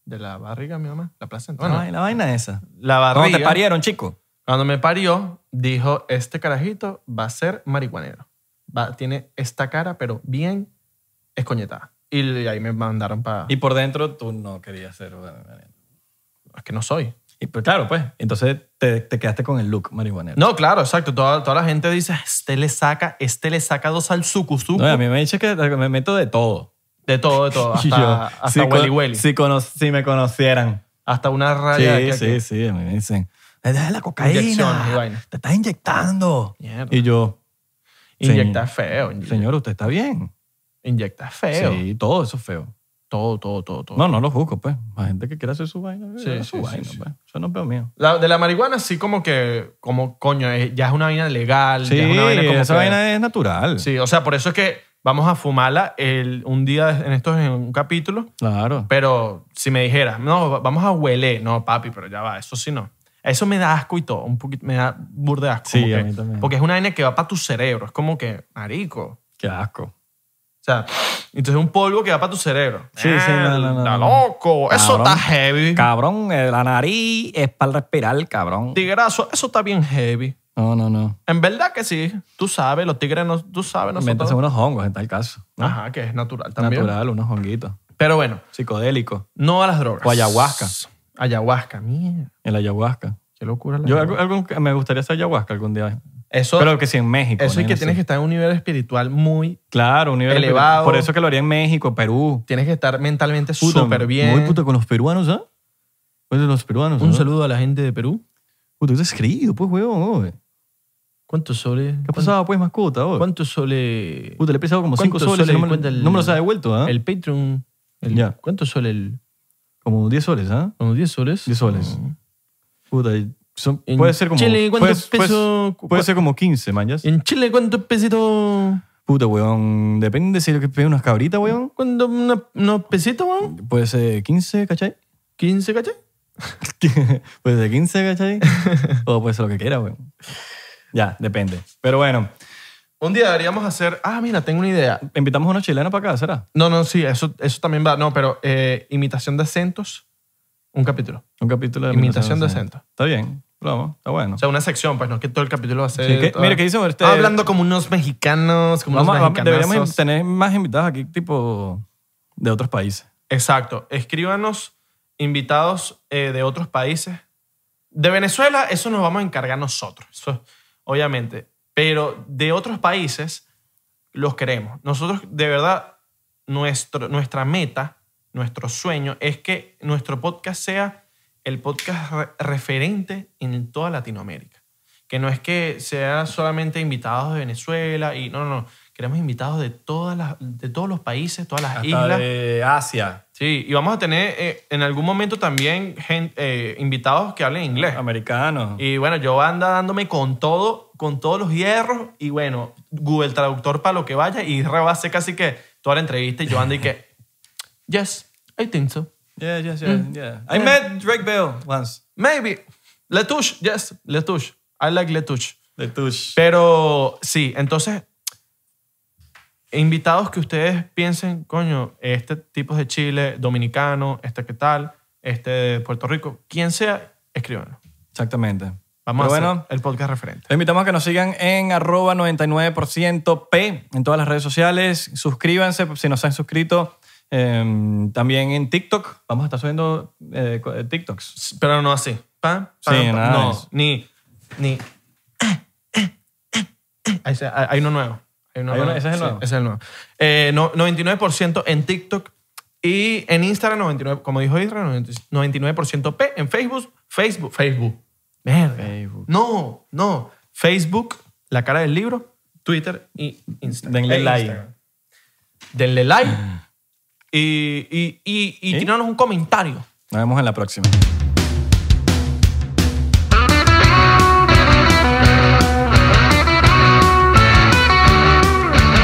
Speaker 2: De la barriga, mi mamá, la placenta. Bueno,
Speaker 1: Ay, la vaina esa.
Speaker 2: la
Speaker 1: ¿Cómo
Speaker 2: barriga.
Speaker 1: te parieron, chico?
Speaker 2: Cuando me parió, dijo, este carajito va a ser marihuanero. Va, tiene esta cara, pero bien escoñetada. Y le- ahí me mandaron para...
Speaker 1: Y por dentro tú no querías ser.
Speaker 2: Es que no soy.
Speaker 1: Y pues, claro, pues. Entonces te, te quedaste con el look marihuanero.
Speaker 2: No, claro, exacto. Toda, toda la gente dice, este le saca, este le saca dos al suku suku".
Speaker 1: No, a mí me dice que me meto de todo.
Speaker 2: De todo, de todo. Hasta,
Speaker 1: Y yo,
Speaker 2: hasta
Speaker 1: si
Speaker 2: welly
Speaker 1: con-
Speaker 2: welly.
Speaker 1: Si, cono- si me conocieran.
Speaker 2: Hasta una
Speaker 1: sí,
Speaker 2: raya. de aquí a
Speaker 1: sí,
Speaker 2: aquí.
Speaker 1: sí. A mí me dicen, "Eh, deja la cocaína.
Speaker 2: Inyecciones y vaina.
Speaker 1: Te estás inyectando.
Speaker 2: Mierda.
Speaker 1: Y yo,
Speaker 2: Inyecta feo.
Speaker 1: "Señor,
Speaker 2: inye-
Speaker 1: señor, usted está bien.
Speaker 2: Inyecta feo.
Speaker 1: Sí, todo eso es feo.
Speaker 2: Todo, todo, todo, todo.
Speaker 1: No, no lo juzgo, pues. La gente que quiera hacer su vaina,
Speaker 2: Sí,
Speaker 1: haga su
Speaker 2: sí, sí,
Speaker 1: vaina,
Speaker 2: sí.
Speaker 1: pues. Eso no es peor mío.
Speaker 2: La- de la marihuana sí como que, como coño, eh, ya es una vaina legal.
Speaker 1: Sí,
Speaker 2: ya es una vaina como
Speaker 1: esa
Speaker 2: que-
Speaker 1: vaina es natural.
Speaker 2: Sí, o sea, por eso es que vamos a fumarla el, un día en estos, en un capítulo.
Speaker 1: Claro.
Speaker 2: Pero si me dijeras, no, va- vamos a hueler. No, papi, pero ya va, eso sí no. Eso me da asco y todo, un poquito, me da burde asco.
Speaker 1: Sí,
Speaker 2: como
Speaker 1: a
Speaker 2: que-
Speaker 1: mí también.
Speaker 2: Porque es una vaina que va para tu cerebro, es como que, marico.
Speaker 1: Qué asco.
Speaker 2: O sea, entonces es un polvo que va para tu cerebro.
Speaker 1: Sí, sí, no, no, no,
Speaker 2: Está
Speaker 1: no.
Speaker 2: loco. Eso
Speaker 1: Cabrón.
Speaker 2: está heavy.
Speaker 1: Cabrón, eh, la nariz es para respirar, cabrón.
Speaker 2: Tigrazo, eso está bien heavy.
Speaker 1: No, no, no.
Speaker 2: En verdad que sí. Tú sabes, los tigres, no, tú sabes, nosotros.
Speaker 1: Métanse unos hongos en tal caso. ¿no?
Speaker 2: Ajá, que es natural también.
Speaker 1: Natural, unos honguitos.
Speaker 2: Pero bueno,
Speaker 1: Psicodélicos.
Speaker 2: no a las drogas.
Speaker 1: O ayahuasca.
Speaker 2: Ayahuasca, mierda.
Speaker 1: En la ayahuasca.
Speaker 2: Qué locura. la
Speaker 1: Yo
Speaker 2: ayahuasca.
Speaker 1: algo- algo- me gustaría hacer ayahuasca algún día.
Speaker 2: Eso,
Speaker 1: Pero que sí en México.
Speaker 2: eso es
Speaker 1: ¿no?
Speaker 2: que
Speaker 1: Sí.
Speaker 2: tienes que estar en un nivel espiritual muy...
Speaker 1: Claro, un nivel
Speaker 2: elevado.
Speaker 1: Por eso que lo haría en México, Perú.
Speaker 2: Tienes que estar mentalmente
Speaker 1: Puta,
Speaker 2: súper bien.
Speaker 1: Muy puto con los peruanos, ¿ah? Pues de los peruanos.
Speaker 2: Un
Speaker 1: ¿ah?
Speaker 2: saludo a la gente de Perú.
Speaker 1: Puta, tú has creído, pues, huevón. oye.
Speaker 2: ¿Cuántos soles?
Speaker 1: ¿Qué ha pasado, pues, mascota? oye?
Speaker 2: ¿Cuántos soles?
Speaker 1: Puta, le he pesado como 5
Speaker 2: ¿Cuántos
Speaker 1: soles.
Speaker 2: soles
Speaker 1: no, me,
Speaker 2: cuenta el-
Speaker 1: no me los ha devuelto, ¿ah?
Speaker 2: El Patreon... el-
Speaker 1: Ya.
Speaker 2: ¿Cuántos soles? El,
Speaker 1: Como 10 soles, ¿ah?
Speaker 2: ¿Unos 10 soles?
Speaker 1: 10 soles. Puta, y son-
Speaker 2: En
Speaker 1: puede ser como.
Speaker 2: Chile, ¿cuántos
Speaker 1: puede- puede-
Speaker 2: pesos?
Speaker 1: Puede, ser como 15, mañas.
Speaker 2: ¿En Chile cuántos pesitos?
Speaker 1: Puta, weón. Depende si lo que pide unas cabritas, weón.
Speaker 2: ¿Cuántos una- unos pesitos, weón?
Speaker 1: Puede ser 15, ¿cachai?
Speaker 2: 15, caché.
Speaker 1: puede ser 15, ¿cachai? o puede ser lo que quiera, weón. Ya, depende. Pero bueno,
Speaker 2: Un día deberíamos hacer. Ah, mira, tengo una idea.
Speaker 1: invitamos a unos chilenos para acá, ¿será?
Speaker 2: No, no, sí, eso, eso también va. No, pero eh, imitación de acentos, un capítulo.
Speaker 1: Un capítulo de
Speaker 2: Imitación de
Speaker 1: 1960.
Speaker 2: acento.
Speaker 1: Está bien, vamos, está bueno.
Speaker 2: O sea, una sección, pues no es que todo el capítulo va a ser.
Speaker 1: Sí, ¿qué-
Speaker 2: toda-
Speaker 1: mire, ¿qué dicen ustedes?
Speaker 2: Hablando como unos mexicanos, como
Speaker 1: Vamos-
Speaker 2: unos
Speaker 1: vamos- deberíamos
Speaker 2: mexicanazos.
Speaker 1: tener más invitados aquí, tipo de otros países.
Speaker 2: Exacto. Escríbanos invitados eh, de otros países. De Venezuela, eso nos vamos a encargar nosotros, eso, obviamente. Pero de otros países, los queremos. Nosotros, de verdad, nuestro, nuestra meta, nuestro sueño es que nuestro podcast sea el podcast re- referente en toda Latinoamérica. Que no es que sea solamente invitados de Venezuela y no, no, no. Queremos invitados de, todas las, de todos los países, todas las
Speaker 1: Hasta
Speaker 2: islas.
Speaker 1: de Asia,
Speaker 2: Sí, y vamos a tener eh, en algún momento también gen- eh, invitados que hablen inglés.
Speaker 1: americanos.
Speaker 2: Y bueno, yo anda dándome con todo, con todos los hierros y bueno, Google Traductor para lo que vaya y rebase casi que toda la entrevista y yo ando y que, yes, I think so.
Speaker 1: Yeah, yes, yeah,
Speaker 2: Mm.
Speaker 1: yeah. I met Drake Bell once.
Speaker 2: Maybe. Letouche, yes, Letouche. I like Letouche.
Speaker 1: The Touche.
Speaker 2: Pero sí, entonces, invitados que ustedes piensen, coño, este tipo es de Chile, dominicano, este qué tal, este de Puerto Rico, quien sea, escríbanlo.
Speaker 1: Exactamente.
Speaker 2: Vamos
Speaker 1: Pero
Speaker 2: a hacer
Speaker 1: bueno,
Speaker 2: el podcast referente.
Speaker 1: Te invitamos a que nos sigan en arroba 99% P en todas las redes sociales. Suscríbanse si no se han suscrito. Eh, también en TikTok. Vamos a estar subiendo eh, co- eh, TikToks.
Speaker 2: Pero no así. Pam, pam,
Speaker 1: Sí,
Speaker 2: pam.
Speaker 1: nada de
Speaker 2: No,
Speaker 1: eso.
Speaker 2: ni. ni. Ahí se- Hay, hay uno nuevo. Hay uno
Speaker 1: Hay uno-
Speaker 2: nuevo.
Speaker 1: ese es el
Speaker 2: Sí,
Speaker 1: nuevo.
Speaker 2: ese es el nuevo. Eh, no- 99% en TikTok y en Instagram, 99, como dijo Israel, 99% P. En Facebook, Facebook, Facebook. Verga.
Speaker 1: Facebook.
Speaker 2: No, no. Facebook, la cara del libro, Twitter y Instagram.
Speaker 1: Denle
Speaker 2: E
Speaker 1: like. Mm.
Speaker 2: Instagram. Denle like. Y, y, y, y,
Speaker 1: ¿Y?
Speaker 2: tíranos un comentario.
Speaker 1: Nos vemos en la próxima.